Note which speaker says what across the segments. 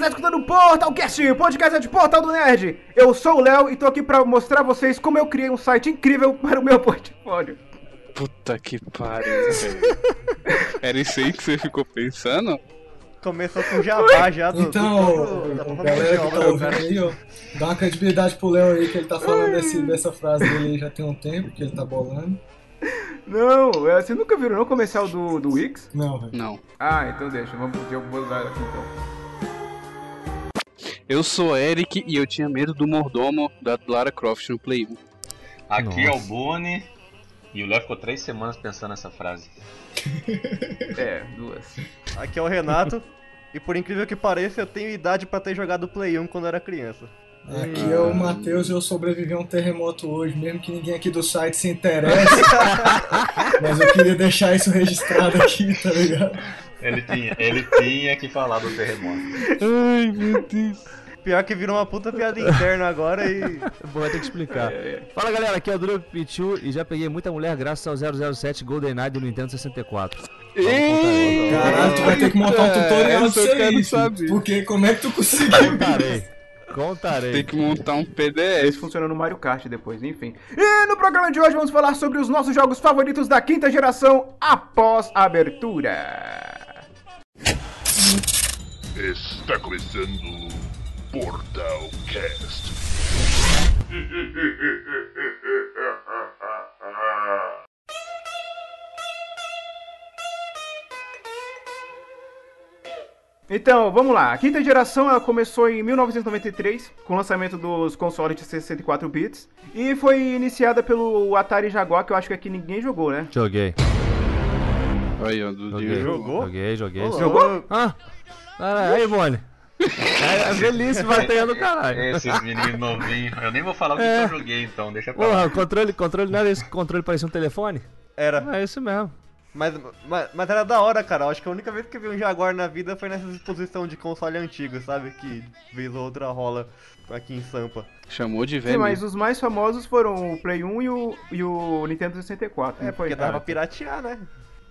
Speaker 1: tá escutando o Portalcast, o podcast de Portal do Nerd. Eu sou o Léo e tô aqui pra mostrar a vocês como eu criei um site incrível para o meu portfólio.
Speaker 2: Puta que pariu, velho. Era isso aí que você ficou pensando?
Speaker 3: Começou com jabá já do.
Speaker 4: Então,
Speaker 3: do- da né?
Speaker 4: o
Speaker 3: própria
Speaker 4: galera que
Speaker 3: obra,
Speaker 4: tá
Speaker 3: o
Speaker 4: ouvindo
Speaker 3: cara.
Speaker 4: aí, ó, dá uma credibilidade pro Léo aí, que ele tá falando desse- dessa frase dele aí já tem um tempo, que ele tá bolando.
Speaker 1: Não, é, vocês nunca viram não o comercial do, do Wix?
Speaker 4: Não, velho.
Speaker 2: Não.
Speaker 1: Ah, então deixa, vamos eu vou usar aqui então.
Speaker 2: Eu sou Eric e eu tinha medo do mordomo da Lara Croft no Play 1.
Speaker 5: Aqui é o Boni. E o Léo ficou três semanas pensando nessa frase.
Speaker 1: É, duas.
Speaker 3: Aqui é o Renato. E por incrível que pareça, eu tenho idade pra ter jogado Play 1 quando era criança.
Speaker 4: Aqui é o Matheus e eu sobrevivi a um terremoto hoje, mesmo que ninguém aqui do site se interesse. mas eu queria deixar isso registrado aqui, tá ligado?
Speaker 5: Ele tinha, ele tinha que falar do terremoto.
Speaker 2: Ai, meu Deus.
Speaker 3: Pior que virou uma puta piada interna agora e.
Speaker 6: Bom, vai ter que explicar. Fala galera, aqui é o Drop Pichu e já peguei muita mulher graças ao 007 GoldenEye do Nintendo 64. Então,
Speaker 4: Caralho, tu vai ter que montar um tutorial
Speaker 2: Essa eu
Speaker 4: disso
Speaker 2: quero
Speaker 4: aí,
Speaker 2: saber.
Speaker 4: filho, porque como é que tu conseguiu?
Speaker 6: Contarei.
Speaker 2: Tem
Speaker 6: Contarei.
Speaker 2: que montar um
Speaker 1: Esse
Speaker 2: PDF.
Speaker 1: funciona no Mario Kart depois, enfim. E no programa de hoje vamos falar sobre os nossos jogos favoritos da quinta geração após a abertura.
Speaker 7: Está começando Portal Cast.
Speaker 1: Então, vamos lá. A quinta geração ela começou em 1993, com o lançamento dos consoles de 64 bits, e foi iniciada pelo Atari Jaguar, que eu acho que aqui ninguém jogou, né?
Speaker 6: Joguei.
Speaker 2: Aí, ó, do
Speaker 6: Joguei.
Speaker 2: Diego.
Speaker 3: Jogou?
Speaker 6: Joguei, joguei.
Speaker 3: Ô,
Speaker 1: Jogou?
Speaker 6: Ah! Caralho, aí, Boni. É, é velhice batendo, caralho.
Speaker 5: Esses meninos novinhos. Eu nem vou falar o que,
Speaker 6: É.
Speaker 5: que eu joguei então, deixa pra lá.
Speaker 6: Porra, o controle, controle, não era esse controle parecia um telefone?
Speaker 3: Era.
Speaker 6: Não, É isso mesmo.
Speaker 3: Mas, mas, mas era da hora, cara. Eu Acho que a única vez que eu vi um Jaguar na vida foi nessa exposição de console antigo, sabe? Que vez ou outra rola aqui em Sampa.
Speaker 2: Chamou
Speaker 1: Sim,
Speaker 2: de velho.
Speaker 1: mas os mais famosos foram o Play 1 e o, e o Nintendo 64.
Speaker 3: É,
Speaker 1: não foi?
Speaker 3: porque dava pra piratear, né?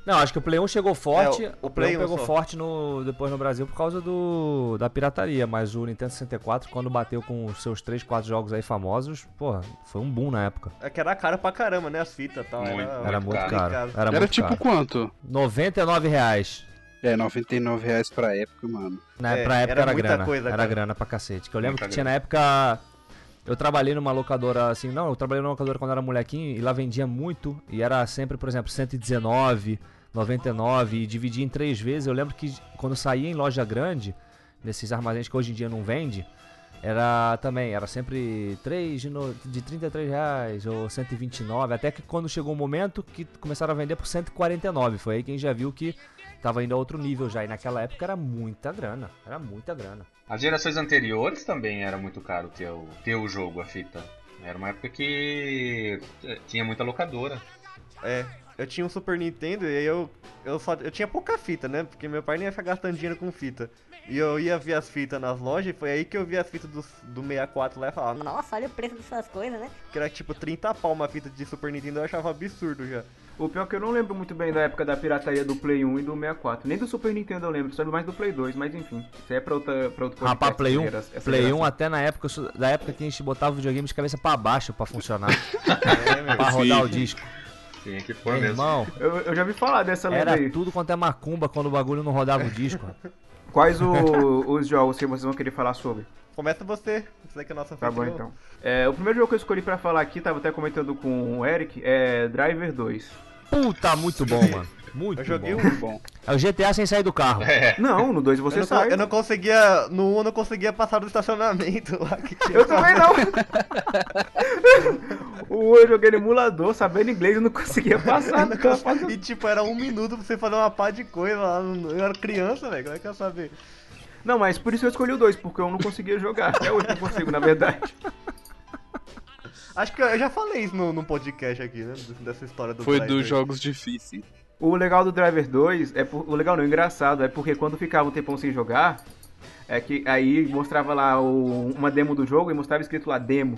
Speaker 6: Não, acho que o Play 1 chegou forte.
Speaker 3: É, o- o
Speaker 6: o,
Speaker 3: Play
Speaker 6: Play
Speaker 3: 1
Speaker 6: 1 pegou
Speaker 3: só.
Speaker 6: forte no, depois no Brasil por causa do, da pirataria, mas o Nintendo 64, quando bateu com os seus 3, 4 jogos aí famosos, porra, foi um boom na época.
Speaker 3: É que era caro pra caramba, né? As fitas e tal.
Speaker 5: Muito,
Speaker 3: era,
Speaker 6: Era muito
Speaker 5: caro.
Speaker 6: caro.
Speaker 3: complicado.
Speaker 6: Era,
Speaker 2: Era
Speaker 6: muito
Speaker 2: tipo
Speaker 6: caro.
Speaker 2: quanto?
Speaker 6: 99 reais.
Speaker 2: É, R$ 99 reais pra época, mano.
Speaker 6: Na,
Speaker 3: É,
Speaker 6: pra época
Speaker 3: era
Speaker 6: era,
Speaker 3: muita
Speaker 6: grana.
Speaker 3: coisa,
Speaker 6: era
Speaker 3: cara.
Speaker 6: grana pra cacete. Que eu lembro
Speaker 5: Muita
Speaker 6: que tinha na época. Eu trabalhei numa locadora assim. Não, eu trabalhei numa locadora quando era molequinho e lá vendia muito. E era sempre, por exemplo, 119, 99 e dividia em três vezes. Eu lembro que quando saía em loja grande, nesses armazéns que hoje em dia não vende. Era também, era sempre 3 de, no, de 33 reais ou 129, até que quando chegou o momento que começaram a vender por 149. Foi aí quem já viu que tava indo a outro nível já. E naquela época era muita grana. Era muita grana.
Speaker 5: As gerações anteriores também era muito caro ter o, ter o jogo, a fita. Era uma época que eh, tinha muita locadora.
Speaker 3: É, eu tinha um Super Nintendo e aí eu, eu só eu tinha pouca fita, né? Porque meu pai nem ia ficar gastando dinheiro com fita. E eu ia ver as fitas nas lojas e foi aí que eu vi as fitas do, do 64 lá e falava, nossa,
Speaker 8: Nossa, olha o preço dessas coisas, né?
Speaker 3: que era tipo 30 pau uma fita de Super Nintendo, eu achava absurdo já.
Speaker 1: O pior é que eu não lembro muito bem da época da pirataria do Play 1 e do 64. Nem do Super Nintendo eu lembro, só lembro mais do Play 2, mas enfim. Isso aí é pra, outra, pra outro
Speaker 6: Rapaz,
Speaker 1: podcast,
Speaker 6: Play 1,
Speaker 1: essa gera-
Speaker 6: Play é
Speaker 1: essa
Speaker 6: 1
Speaker 1: geração.
Speaker 6: até na época, eu sou- da época que a gente botava o videogame de cabeça pra baixo pra funcionar,
Speaker 3: É, meu.
Speaker 6: pra rodar o disco.
Speaker 5: Tinha que pôr
Speaker 6: Meu
Speaker 5: mesmo.
Speaker 6: irmão,
Speaker 1: Eu, eu já vi falar dessa lenda
Speaker 6: era
Speaker 1: aí.
Speaker 6: tudo quanto é macumba quando o bagulho não rodava o disco.
Speaker 1: Quais o- os jogos que vocês vão querer falar sobre?
Speaker 3: Começa você, você que é a nossa
Speaker 1: Tá bom
Speaker 3: anfitriã.
Speaker 1: então. É, o primeiro jogo que eu escolhi pra falar aqui, tava até comentando com o Eric, é Driver 2.
Speaker 6: Puta, muito bom, mano. Muito
Speaker 3: Eu joguei
Speaker 6: bom.
Speaker 3: um.
Speaker 2: Tá Bom.
Speaker 6: É o GTA sem sair do carro.
Speaker 1: É. Não, no 2 você
Speaker 3: Eu não,
Speaker 1: sai.
Speaker 3: co- eu não conseguia. No 1 eu não conseguia passar do estacionamento lá que tinha.
Speaker 1: Eu também não. o eu joguei no emulador, sabendo inglês, eu não conseguia passar. Então, Não tava passando.
Speaker 3: E tipo, era um minuto pra você fazer uma pá de coisa lá. no- Eu era criança, velho. Como é que eu ia saber?
Speaker 1: Não, mas por isso eu escolhi o 2, porque eu não conseguia jogar. É Até hoje eu não consigo, na verdade.
Speaker 3: Acho que eu já falei isso no, num podcast aqui, né? Dessa história do
Speaker 2: Foi
Speaker 3: Driver.
Speaker 2: dos jogos difíceis.
Speaker 1: O legal do Driver 2 é por- o legal não, o engraçado é porque quando ficava um tempão sem jogar, é que aí mostrava lá o- uma demo do jogo e mostrava escrito lá demo.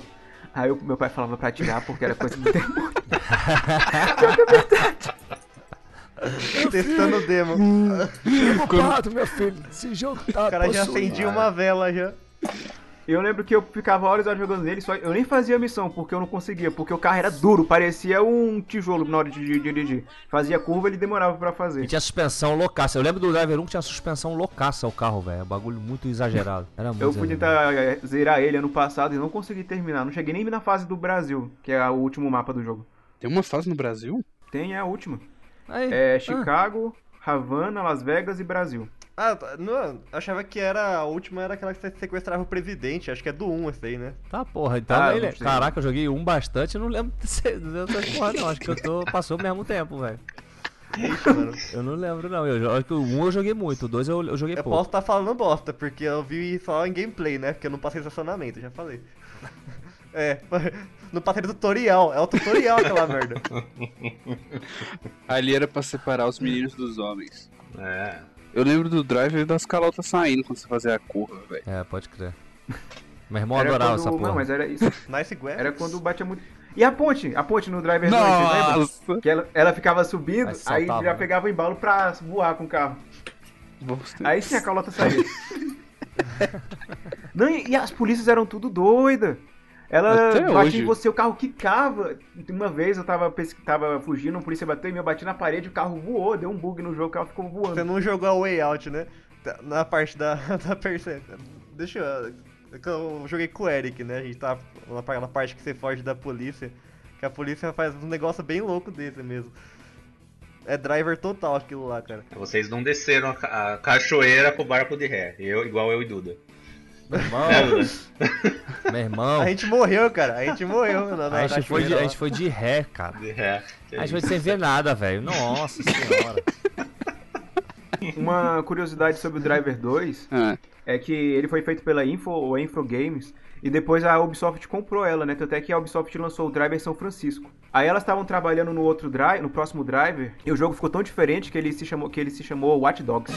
Speaker 1: Aí o meu pai falava pra tirar porque era coisa do demo.
Speaker 3: Testando o demo.
Speaker 6: Roubado, meu filho. Esse jogo tá
Speaker 3: O cara já acendia
Speaker 1: Ah.
Speaker 3: uma vela já.
Speaker 1: Eu lembro que eu ficava horas e horas jogando nele, só eu nem fazia missão, porque eu não conseguia, porque o carro era duro, parecia um tijolo na hora de de- de dirigir. Fazia curva, ele demorava pra
Speaker 6: E
Speaker 1: fazer.
Speaker 6: tinha suspensão loucaça. Eu lembro do Driver 1 que tinha suspensão loucaça o carro, velho. É um bagulho muito exagerado. Era muito
Speaker 1: Eu fui
Speaker 6: exagerado.
Speaker 1: tentar eh, zerar ele ano passado e não consegui terminar. Não cheguei nem na fase do Brasil, que é o último mapa do jogo.
Speaker 2: Tem uma fase no Brasil?
Speaker 1: Tem é a última.
Speaker 6: Aí, ah.
Speaker 1: É Chicago, Havana, Las Vegas e Brasil.
Speaker 3: Ah, tá, não, eu achava que era a última era aquela que você sequestrava o presidente, acho que é do 1 esse aí, né?
Speaker 6: Tá, porra. Então,
Speaker 1: Ah,
Speaker 6: ele-
Speaker 1: eu não sei.
Speaker 6: caraca, eu joguei um bastante e não lembro desse- dessas porra, não. Acho que eu tô. Passou o mesmo tempo, velho.
Speaker 3: Mano,
Speaker 6: Eu não lembro, não. Eu, jo- acho que o 1 eu joguei muito, o 2 eu, eu joguei
Speaker 3: eu
Speaker 6: pouco.
Speaker 3: posso estar falando bosta, porque eu vi só em gameplay, né? Porque eu não passei estacionamento, já falei. É, não passei tutorial, é o tutorial aquela merda.
Speaker 2: Ali era pra separar os meninos dos homens.
Speaker 5: É.
Speaker 2: Eu lembro do driver das calotas saindo quando você fazia a curva, velho.
Speaker 6: É, pode crer. Meu irmão
Speaker 1: Era
Speaker 6: adorava
Speaker 1: quando-
Speaker 6: essa porra.
Speaker 1: Não, mas é- era isso.
Speaker 3: Nice Gwen.
Speaker 1: Era quando batia muito. E a ponte? A ponte no Driver 2, vocês lembram?
Speaker 2: Nossa!
Speaker 1: Que ela, ela ficava subindo,
Speaker 6: Aí
Speaker 1: aí,
Speaker 6: saltava,
Speaker 1: já
Speaker 6: né?
Speaker 1: pegava o embalo pra voar com o carro.
Speaker 2: Nossa.
Speaker 1: Aí sim a calota saía. Não, e, e as polícias eram tudo doida. Ela
Speaker 2: Até
Speaker 1: batia
Speaker 2: hoje.
Speaker 1: em você, o carro quicava. Uma vez eu tava, pes- tava fugindo, a polícia bateu em mim, eu bati na parede, o carro voou, deu um bug no jogo, o carro ficou
Speaker 3: Você
Speaker 1: voando.
Speaker 3: não jogou a Way Out, né? Tá- Na parte da, da percepção. Deixa eu. é que Eu joguei com o Eric, né? A gente tá na par- na parte que você foge da polícia. Que a polícia faz um negócio bem louco desse mesmo. É driver total aquilo lá, cara.
Speaker 5: Vocês não desceram a, ca- a cachoeira pro barco de ré. Eu, igual eu e Duda.
Speaker 6: Meu irmão,
Speaker 5: Né, Duda?
Speaker 6: meu irmão.
Speaker 3: A gente morreu, cara. A gente morreu. Na, na
Speaker 6: A
Speaker 1: tá
Speaker 6: gente, foi de,
Speaker 1: né?
Speaker 3: cachoeira
Speaker 6: a
Speaker 3: lá.
Speaker 6: gente foi de ré, cara.
Speaker 5: De ré.
Speaker 6: A gente foi sem ver nada, velho. Nossa senhora.
Speaker 1: Uma curiosidade sobre o Driver 2
Speaker 2: Ah,
Speaker 1: é que ele foi feito pela Info ou Info Games e depois a Ubisoft comprou ela, né? Tanto é que a Ubisoft lançou o Driver São Francisco. Aí elas estavam trabalhando no outro drive, no próximo Driver, e o jogo ficou tão diferente que ele se chamou que ele se chamou Watch Dogs.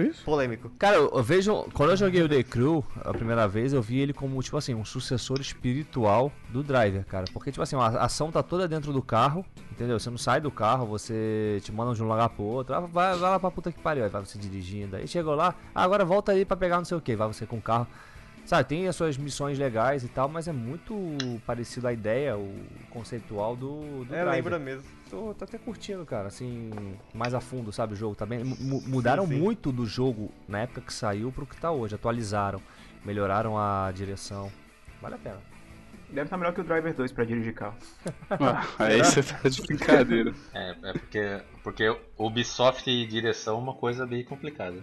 Speaker 2: isso?
Speaker 3: Polêmico.
Speaker 6: Cara, eu eu vejo. Quando eu joguei o The Crew a primeira vez, eu vi ele como, tipo assim, um sucessor espiritual do driver, cara. Porque, tipo assim, a ação tá toda dentro do carro, entendeu? Você não sai do carro, você te manda de um lugar pro outro. Ah, vai, vai lá pra puta que pariu. Aí vai você dirigindo. Aí chegou lá, ah, agora volta aí pra pegar não sei o que. Vai você com o carro. Sabe, tem as suas missões legais e tal, mas é muito parecido à ideia, o conceitual do, do
Speaker 3: É,
Speaker 6: driver.
Speaker 3: lembra mesmo.
Speaker 6: Tô, tô até curtindo, cara, assim, mais a fundo, sabe, o jogo também. mudaram
Speaker 3: sim.
Speaker 6: muito do jogo na época que saiu pro que tá hoje, atualizaram, melhoraram a direção. Vale a pena.
Speaker 1: Deve estar melhor que o Driver 2 pra dirigir carro.
Speaker 2: Ah, aí você tá de brincadeira.
Speaker 5: É, é porque, porque Ubisoft e direção é uma coisa bem complicada.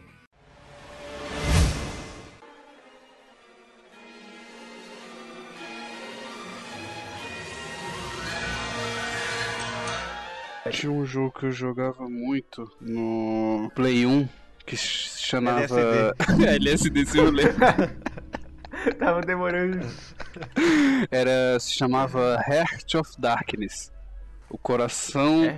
Speaker 2: Tinha um jogo que eu jogava muito no Play 1 que se chamava É, LSD se eu lembro.
Speaker 1: Tava demorando.
Speaker 2: Era se chamava Heart of Darkness. O coração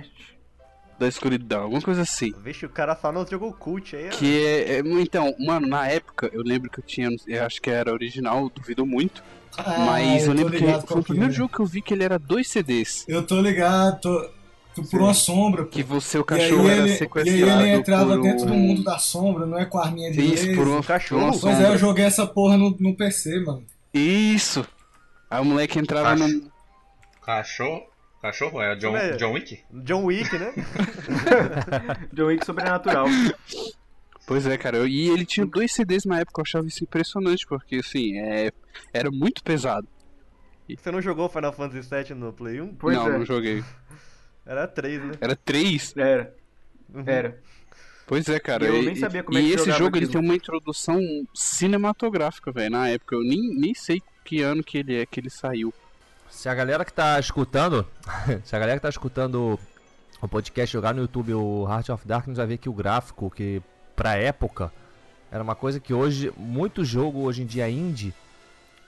Speaker 2: da escuridão, alguma coisa assim.
Speaker 3: Vixe, o cara só não jogou cult aí. ó.
Speaker 2: Que é, é- então, mano, na época eu lembro que eu tinha, eu acho que era original, duvido muito,
Speaker 4: Ah,
Speaker 2: mas eu,
Speaker 4: tô
Speaker 2: lembro que
Speaker 4: ligado
Speaker 2: foi
Speaker 4: qual
Speaker 2: o primeiro
Speaker 4: é.
Speaker 2: jogo que eu vi que ele era dois CDs,
Speaker 4: Eu tô ligado, tô, tô por uma sombra, pô.
Speaker 2: que você o
Speaker 4: E aí,
Speaker 2: cachorro era
Speaker 4: ele, e aí
Speaker 2: sequestrado
Speaker 4: ele entrava
Speaker 2: por
Speaker 4: dentro
Speaker 2: um...
Speaker 4: do mundo da sombra, não é com a arminha de
Speaker 2: Isso,
Speaker 4: laser.
Speaker 2: por uma,
Speaker 3: cachorro.
Speaker 2: por uma
Speaker 4: Pois
Speaker 2: sombra.
Speaker 4: é, eu joguei essa porra no, no PC, mano.
Speaker 2: Isso. Aí o moleque entrava
Speaker 5: Acho.
Speaker 2: no.
Speaker 5: Cachorro. Cachorro? Era John,
Speaker 3: É.
Speaker 5: John Wick?
Speaker 3: John Wick, né?
Speaker 1: John Wick sobrenatural.
Speaker 2: Pois é, cara. eu- E ele tinha dois CDs na época, eu achava isso impressionante, porque assim, é... era muito pesado.
Speaker 3: Você não jogou Final Fantasy VII no Play 1?
Speaker 1: Pois
Speaker 2: não,
Speaker 1: é.
Speaker 2: não joguei.
Speaker 3: Era 3, né?
Speaker 2: Era três.
Speaker 1: Era,
Speaker 3: Uhum.
Speaker 1: era.
Speaker 2: Pois é, cara.
Speaker 1: E eu
Speaker 2: e-
Speaker 1: nem sabia como
Speaker 2: e
Speaker 1: é que
Speaker 2: esse
Speaker 1: jogava
Speaker 2: jogo ele
Speaker 1: aquilo.
Speaker 2: tem uma introdução cinematográfica, velho. Na época, eu nem, nem sei que ano que ele é que ele saiu.
Speaker 6: Se a galera que tá escutando, se a galera que tá escutando o podcast jogar no YouTube o Heart of Darkness vai ver que o gráfico que pra época era uma coisa que hoje muito jogo hoje em dia indie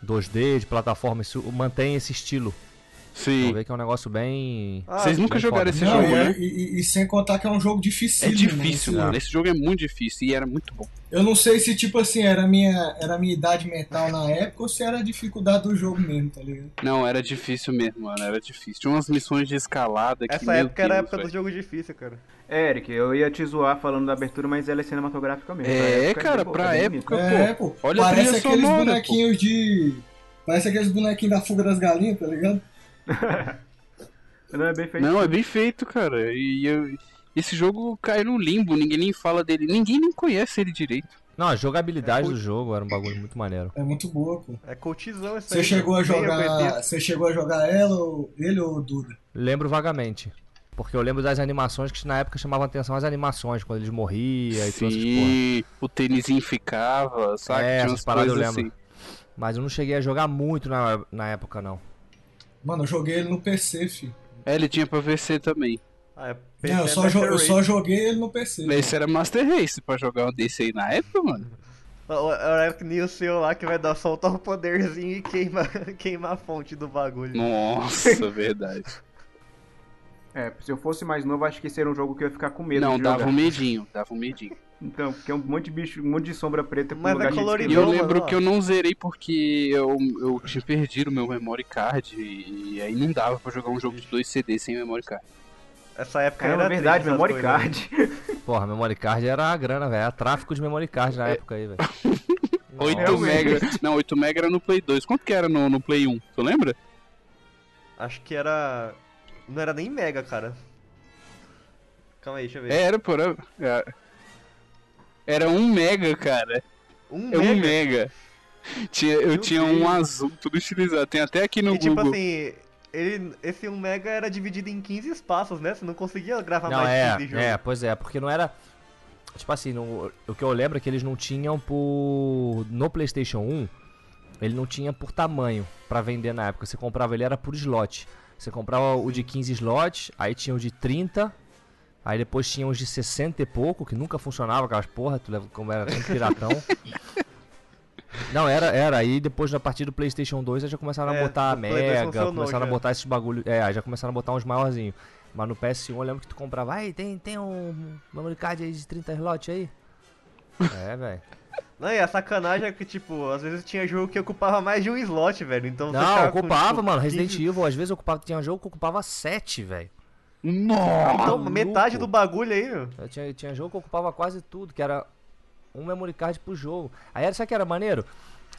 Speaker 6: 2D de plataforma isso mantém esse estilo. Vamos
Speaker 2: Sim.
Speaker 6: ver que é um negócio bem.
Speaker 3: Ah,
Speaker 2: Vocês nunca
Speaker 6: bem
Speaker 2: jogaram esse
Speaker 6: foda.
Speaker 4: Não,
Speaker 2: jogo,
Speaker 4: e, é-
Speaker 2: né?
Speaker 4: e- e- e sem contar que é um jogo difícil.
Speaker 2: É difícil,
Speaker 4: né?
Speaker 2: mano. Esse jogo é muito difícil e era muito bom.
Speaker 4: Eu não sei se, tipo assim, era a minha, era a minha idade mental na época ou se era a dificuldade do jogo mesmo, tá ligado?
Speaker 2: Não, era difícil mesmo, mano. Era difícil. Tinha umas missões de escalada que.
Speaker 3: Essa
Speaker 2: meu
Speaker 3: época era a
Speaker 2: Deus,
Speaker 3: época do
Speaker 2: velho.
Speaker 3: jogo difícil, cara.
Speaker 1: É, Eric, eu ia te zoar falando da abertura, mas ela é cinematográfica mesmo. Pra
Speaker 2: É,
Speaker 1: época,
Speaker 2: cara,
Speaker 1: bem-
Speaker 2: pra
Speaker 1: bem
Speaker 2: época,
Speaker 1: bonita.
Speaker 4: É,
Speaker 2: pô.
Speaker 4: pô.
Speaker 2: olha a
Speaker 4: parece
Speaker 2: trilha
Speaker 4: aqueles
Speaker 2: sonora,
Speaker 4: bonequinhos de. Parece aqueles bonequinhos da fuga das galinhas, tá ligado?
Speaker 1: Não, é bem feito.
Speaker 2: Não, é bem feito, cara. E eu- esse jogo cai no limbo, ninguém nem fala dele, ninguém nem conhece ele direito.
Speaker 6: Não, a jogabilidade do jogo era um bagulho muito maneiro.
Speaker 4: É muito boa, pô.
Speaker 3: É coachzão isso aí.
Speaker 4: Você chegou a
Speaker 3: bem
Speaker 4: jogar.
Speaker 3: aguentado.
Speaker 4: Você chegou a jogar ela ou ele ou o Duda?
Speaker 6: Lembro vagamente. Porque eu lembro das animações que na época chamavam atenção as animações, quando eles morriam e todas essas porra.
Speaker 2: Sim, o tênisinho ficava, saca?
Speaker 6: É,
Speaker 2: Tinha
Speaker 6: essas
Speaker 2: umas
Speaker 6: paradas eu
Speaker 2: coisas
Speaker 6: lembro.
Speaker 2: assim.
Speaker 6: Mas eu não cheguei a jogar muito na, na época, não.
Speaker 4: Mano, eu joguei ele no PC, fi.
Speaker 2: É, ele tinha pra VC também.
Speaker 3: Ah, é PC
Speaker 4: Não, eu só, jo-
Speaker 3: Master
Speaker 4: eu só joguei ele no PC.
Speaker 2: Mas Esse era Master Race pra jogar um desse aí na época, mano.
Speaker 3: Race. O- o Eric News seu lá é que vai dar soltar um poderzinho e queima, queima a fonte do bagulho.
Speaker 2: Nossa, verdade.
Speaker 1: É, se eu fosse mais novo, acho que esse era um jogo que eu ia ficar com medo
Speaker 2: Não,
Speaker 1: de
Speaker 2: dava
Speaker 1: jogar.
Speaker 2: um medinho, dava um medinho.
Speaker 1: Então, porque é um monte de bicho, um monte de sombra preta com
Speaker 3: Mas é
Speaker 1: lugar cheio de
Speaker 3: colorido.
Speaker 2: E
Speaker 1: esqueleto.
Speaker 2: eu
Speaker 3: Não, mas
Speaker 2: lembro
Speaker 3: ó.
Speaker 2: que eu não zerei porque eu, eu tinha perdido o meu memory card e, e aí não dava pra jogar um jogo de dois CDs sem memory card.
Speaker 3: Essa época
Speaker 1: Caramba,
Speaker 3: era
Speaker 1: é verdade,
Speaker 3: triste essas
Speaker 1: memory
Speaker 3: coisas. né?
Speaker 1: card.
Speaker 6: Porra, memory card era a grana, velho. Era tráfico de memory card na época aí, velho.
Speaker 2: 8
Speaker 1: Realmente.
Speaker 2: mega. Não, 8 mega era no Play 2. Quanto que era no, no Play 1? Tu lembra?
Speaker 3: Acho que era. Não era nem mega, cara. Calma aí, deixa eu ver.
Speaker 2: É, era por. Era, era 1 mega, cara.
Speaker 3: Um
Speaker 2: É 1 mega. Tinha, eu
Speaker 3: Meu
Speaker 2: tinha um
Speaker 3: Deus.
Speaker 2: azul, tudo estilizado. Tem até aqui no
Speaker 3: E tipo
Speaker 2: Google.
Speaker 3: assim, ele, esse 1 mega era dividido em 15 espaços, né? Você não conseguia gravar
Speaker 6: Não,
Speaker 3: mais
Speaker 6: é,
Speaker 3: 15 jogos.
Speaker 6: é, pois é, porque não era. Tipo assim, no- o que eu lembro é que eles não tinham por. No PlayStation 1, ele não tinha por tamanho pra vender na época. Você comprava ele era por slot. Você comprava o de 15 slots, aí tinha o de 30, aí depois tinha os de 60 e pouco, que nunca funcionava aquelas porra, tu lembra como era tudo piratão. Não, era, era. Aí depois, a partir do PlayStation 2, aí já começaram
Speaker 3: É,
Speaker 6: a botar a
Speaker 3: o Play dois
Speaker 6: Mega,
Speaker 3: funcionou
Speaker 6: começaram a
Speaker 3: já.
Speaker 6: botar esses bagulho. É, aí já começaram a botar uns maiorzinhos. Mas no PS1 eu lembro que tu comprava, aí tem, tem um memory card aí de 30 slot aí? É, velho.
Speaker 3: Não, e a sacanagem é que, tipo, às vezes tinha jogo que ocupava mais de um slot, velho. Então você
Speaker 6: Não,
Speaker 3: ficava
Speaker 6: ocupava, mano. Resident
Speaker 3: 15
Speaker 6: Evil, às vezes eu ocupava, tinha jogo que ocupava 7, velho.
Speaker 2: Nossa!
Speaker 3: Então,
Speaker 6: maluco.
Speaker 3: metade do bagulho aí, meu.
Speaker 6: Eu Tinha, tinha jogo que ocupava quase tudo, que era um memory card pro jogo. Aí era, sabe o que era maneiro?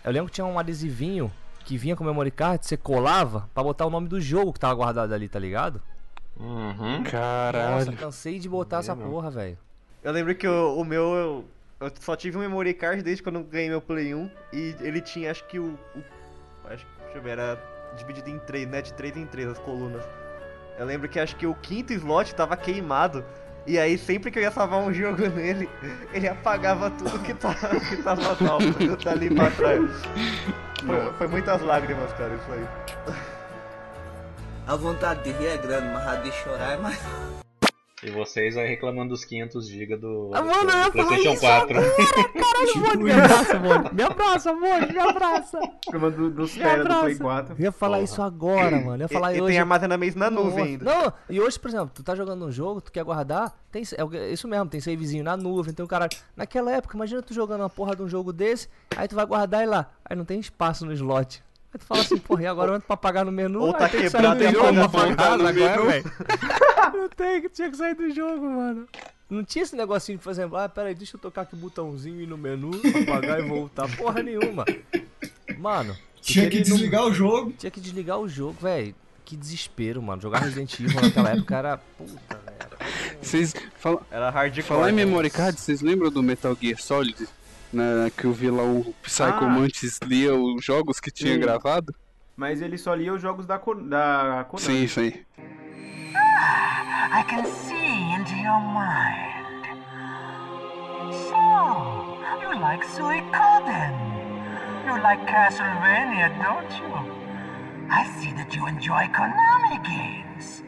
Speaker 6: Eu lembro que tinha um adesivinho que vinha com o memory card, você colava pra botar o nome do jogo que tava guardado ali, tá ligado?
Speaker 5: Uhum.
Speaker 6: Nossa,
Speaker 2: Caralho.
Speaker 6: cansei de botar essa porra, velho.
Speaker 3: Eu lembro que o, o meu. Eu, eu só tive um memory card desde quando eu ganhei meu Play 1. E ele tinha, acho que o. o- acho, deixa eu ver, era dividido em três, né? De três em três as colunas. Eu lembro que acho que o quinto slot tava queimado. E aí, sempre que eu ia salvar um jogo nele, ele apagava tudo que tava, que tava salvo. Eu tava ali pra trás. Foi, foi muitas lágrimas, cara, isso aí.
Speaker 8: A vontade de rir é grande, mas a de chorar é mais.
Speaker 5: E vocês aí reclamando dos 500 GB do,
Speaker 6: Ah, mano,
Speaker 5: do
Speaker 6: eu ia
Speaker 5: PlayStation
Speaker 6: falar
Speaker 5: 4.
Speaker 6: Amor, me abraça, amor. Me abraça, amor. Me abraça.
Speaker 1: Turma do- dos
Speaker 6: Me
Speaker 1: caras do Play
Speaker 6: abraça.
Speaker 1: 4.
Speaker 6: Eu ia falar
Speaker 5: Porra.
Speaker 6: isso agora, mano. Eu ia falar
Speaker 3: e, e
Speaker 6: hoje.
Speaker 3: tem armazenamento na
Speaker 6: Nossa.
Speaker 3: nuvem ainda.
Speaker 6: Não, e hoje, por exemplo, tu tá jogando um jogo, tu quer guardar, tem é o- é isso mesmo, tem savezinho na nuvem, tem o caralho. Naquela época, imagina tu jogando uma porra de um jogo desse, aí tu vai guardar e lá, aí não tem espaço no slot. Aí tu fala assim, porra, e agora eu entro pra pagar no menu,
Speaker 3: Ou
Speaker 6: aí
Speaker 3: tá
Speaker 6: tem que
Speaker 3: quebrado,
Speaker 6: sair do
Speaker 3: tem
Speaker 6: jogo
Speaker 3: como
Speaker 6: pra
Speaker 2: voltar
Speaker 6: pagar
Speaker 2: no
Speaker 6: no
Speaker 2: menu.
Speaker 6: Não tem, que tinha que sair do jogo, mano. Não tinha esse negocinho de, por exemplo, ah, peraí, deixa eu tocar aqui o botãozinho e ir no menu, apagar e voltar. Porra nenhuma. Mano, tu
Speaker 4: Tinha que
Speaker 6: queria ir no-
Speaker 4: desligar o jogo.
Speaker 6: tinha que desligar o jogo, velho. Que desespero, mano. Jogar Resident Evil naquela época era. Puta, velho.
Speaker 2: Vocês falam.
Speaker 3: Era hardcore.
Speaker 2: Falar em
Speaker 3: né?
Speaker 2: memory card, vocês lembram do Metal Gear Solid? Na, que eu vi lá o Psycho
Speaker 1: Ah.
Speaker 2: Mantis lia os jogos que tinha
Speaker 1: Sim.
Speaker 2: gravado?
Speaker 1: Mas ele só lia os jogos da, Kon- da Konami.
Speaker 2: Sim, isso aí.
Speaker 9: I can see into your mind. So, you like Suikoden? You like Castlevania, don't you? I see that you enjoy Konami games.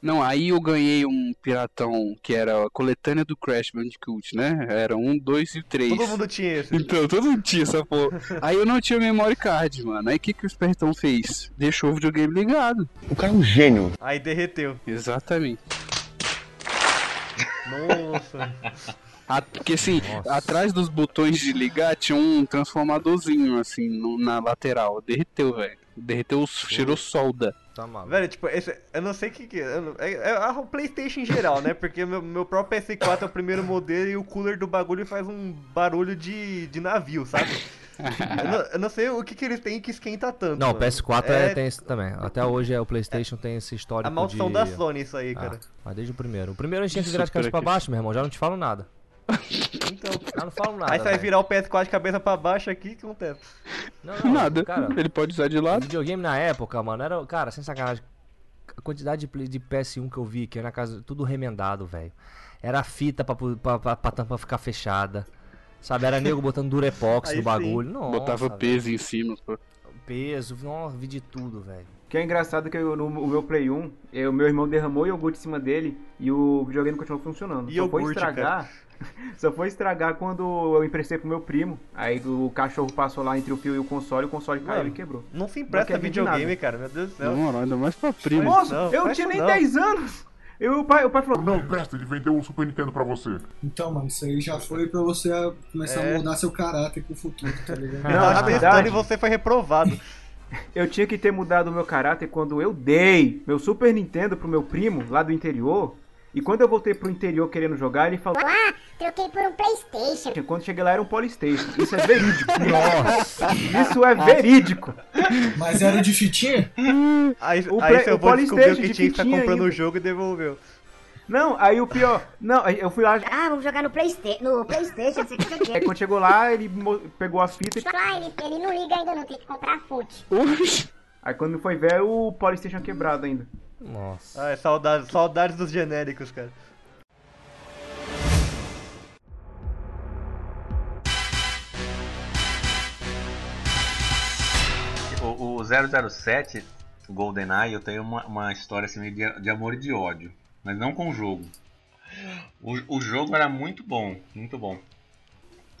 Speaker 2: Não, aí eu ganhei um piratão que era a coletânea do Crash Bandicoot, né? Era um, dois e
Speaker 1: é
Speaker 2: três.
Speaker 3: Todo mundo tinha esse.
Speaker 2: Então, todo mundo tinha essa porra. Aí eu não tinha memory card, mano. Aí o que, que o espertão fez? Deixou o videogame ligado.
Speaker 10: O cara é um gênio.
Speaker 3: Aí derreteu.
Speaker 2: Exatamente.
Speaker 3: Nossa.
Speaker 2: A- porque assim, atrás dos botões de ligar tinha um transformadorzinho, assim, no- na lateral. Derreteu, velho. Derreteu, cheirou solda.
Speaker 6: Tá maluco.
Speaker 3: Velho, tipo, esse, eu não sei o que que eu não- é. É a Playstation em geral, né? Porque meu, meu próprio PS4 é o primeiro modelo e o cooler do bagulho faz um barulho de, de navio, sabe? Eu não, eu não sei o que que eles têm que esquenta tanto.
Speaker 6: Não, o
Speaker 3: mano.
Speaker 6: PS4 é-
Speaker 3: É-
Speaker 6: tem isso também. Até hoje é, o PlayStation tem esse histórico
Speaker 3: A maldição
Speaker 6: de...
Speaker 3: da Sony isso aí,
Speaker 6: Ah,
Speaker 3: cara.
Speaker 6: mas desde o primeiro. O primeiro a gente tinha que
Speaker 2: Isso,
Speaker 6: virar de cabeça pra
Speaker 2: cara, que-
Speaker 6: baixo, meu irmão. Já não te falo nada.
Speaker 3: Então,
Speaker 6: Já não falo nada.
Speaker 3: aí você vai
Speaker 6: velho.
Speaker 3: virar o PS4 de cabeça pra baixo aqui, o que um acontece?
Speaker 6: Não, não,
Speaker 2: Nada.
Speaker 6: Cara,
Speaker 2: Ele pode usar de lado.
Speaker 6: videogame na época, mano, era. Cara, sem sacanagem. A quantidade de, play- de PS1 que eu vi, que era na casa. Tudo remendado, velho. Era fita pra, pu- pra, pra, pra tampa ficar fechada. Sabe, era nego botando durepox
Speaker 3: Aí
Speaker 6: no
Speaker 3: sim.
Speaker 6: bagulho. Nossa,
Speaker 2: Botava
Speaker 6: velho.
Speaker 2: peso em cima. Pô.
Speaker 6: Peso, nossa, vi de tudo, velho.
Speaker 1: Que é engraçado que eu- no, o meu Play 1, eh, o meu irmão derramou iogurte em cima dele e o videogame continuou funcionando. só foi
Speaker 3: Iogurte,
Speaker 1: estragar. Só foi estragar quando eu emprestei pro meu primo. Aí o cachorro passou lá entre o fio e o console, o console caiu
Speaker 3: Mano.
Speaker 1: e quebrou.
Speaker 3: Não se
Speaker 1: Não
Speaker 3: empresta
Speaker 1: quer vir de
Speaker 3: videogame, cara, meu Deus do
Speaker 2: Na
Speaker 3: céu.
Speaker 2: moral, ainda mais pra primo.
Speaker 3: Mas
Speaker 1: Moço,
Speaker 3: É. não,
Speaker 1: eu não
Speaker 3: faz
Speaker 1: tinha
Speaker 3: isso
Speaker 1: nem
Speaker 3: não.
Speaker 1: 10 anos! Eu, o, pai, o pai falou,
Speaker 7: Não, presta, ele vendeu um Super Nintendo pra você.
Speaker 4: Então, mano, isso aí já foi pra você ah, começar
Speaker 3: É.
Speaker 4: a mudar seu caráter pro futuro, tá ligado?
Speaker 1: Não, na
Speaker 3: Tá
Speaker 1: verdade-
Speaker 3: testando e você foi reprovado.
Speaker 1: Eu tinha que ter mudado o meu caráter quando eu dei meu Super Nintendo pro meu primo lá do interior. E quando eu voltei pro interior querendo jogar, ele falou: Ah, troquei por um PlayStation. Quando cheguei lá era um Polystation. Isso é verídico. Nossa! Isso é verídico.
Speaker 4: Mas era de fitinha?
Speaker 3: Aí,
Speaker 1: O
Speaker 3: aí
Speaker 1: pre-
Speaker 3: seu
Speaker 1: o
Speaker 3: avô descobriu
Speaker 1: Polystation
Speaker 3: que
Speaker 1: de
Speaker 3: tinha que estar
Speaker 1: fitinha
Speaker 3: comprando o
Speaker 1: ainda.
Speaker 3: jogo e devolveu.
Speaker 1: Não, aí o pior. Não, aí eu fui lá.
Speaker 11: Ah, vamos jogar no Playstation. No Playstation, não sei o que você
Speaker 1: Aí
Speaker 11: quer.
Speaker 1: quando chegou lá, ele mo- pegou a fita. e-
Speaker 11: Ah, ele, ele não liga ainda não, tem que comprar fute.
Speaker 1: Aí quando foi ver, o Polystation é quebrado ainda.
Speaker 6: Nossa.
Speaker 3: Ah, é saudade, saudades dos genéricos, cara.
Speaker 5: O, o 007, o GoldenEye, eu tenho uma, uma história assim, meio de, de amor e de ódio. Mas não com o jogo. O, o jogo era muito bom, muito bom.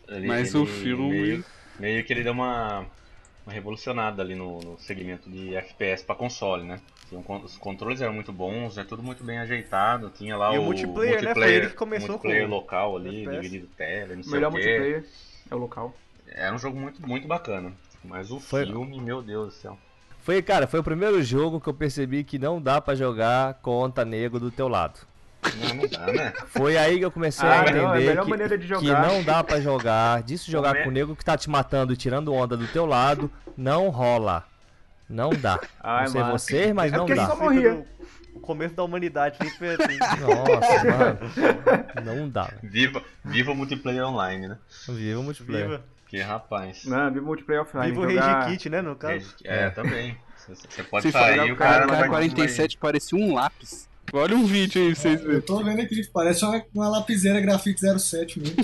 Speaker 5: Ele-
Speaker 2: Mas
Speaker 5: ele
Speaker 2: o filme-
Speaker 5: Meio, meio que ele deu uma, uma revolucionada ali no, no segmento de FPS pra console, né? Tinha um con- os controles eram muito bons, é tudo muito bem ajeitado. Tinha lá
Speaker 3: E o
Speaker 5: o
Speaker 3: multiplayer, né? Foi ele que começou
Speaker 5: multiplayer
Speaker 3: com o
Speaker 5: local ali,
Speaker 3: FPS.
Speaker 5: dividido tela, não
Speaker 1: O
Speaker 5: sei
Speaker 1: melhor
Speaker 5: o quê.
Speaker 1: multiplayer é o local.
Speaker 5: Era um jogo muito, muito bacana. Mas o
Speaker 6: Foi-
Speaker 5: filme, meu Deus do céu.
Speaker 6: Foi, cara, foi o primeiro jogo que eu percebi que não dá pra jogar conta nego do teu lado.
Speaker 5: Não, não dá, né?
Speaker 6: Foi aí que eu comecei
Speaker 1: Ah,
Speaker 6: a
Speaker 1: é
Speaker 6: entender
Speaker 1: melhor- é a melhor
Speaker 6: que,
Speaker 1: maneira de jogar.
Speaker 6: que não dá pra jogar, disso jogar
Speaker 5: Come-
Speaker 6: com o nego que tá te matando e tirando onda do teu lado, não rola. Não dá.
Speaker 1: Ai,
Speaker 6: não sei
Speaker 1: mano.
Speaker 6: vocês, mas
Speaker 1: É
Speaker 6: não
Speaker 1: porque
Speaker 6: dá.
Speaker 1: só-
Speaker 3: Sempre
Speaker 1: morria.
Speaker 3: no- O começo da humanidade sempre é assim.
Speaker 6: Nossa, mano. Não dá. velho.
Speaker 5: Viva, viva o multiplayer online, né?
Speaker 6: Viva o multiplayer.
Speaker 3: Viva,
Speaker 5: Que rapaz.
Speaker 1: Não, vivo multiplayer offline.
Speaker 3: viva o
Speaker 1: jogar-
Speaker 3: Rage Kit, né, no
Speaker 5: É,
Speaker 3: caso.
Speaker 5: é, também. Você pode
Speaker 2: Se
Speaker 1: for
Speaker 5: sair e o
Speaker 1: jogar
Speaker 5: cara
Speaker 2: Cara,
Speaker 5: não vai
Speaker 2: cara 47 parecia um lápis. Olha um vídeo aí pra vocês verem.
Speaker 4: Eu tô vendo aqui, parece uma, uma lapiseira grafite 07 mesmo.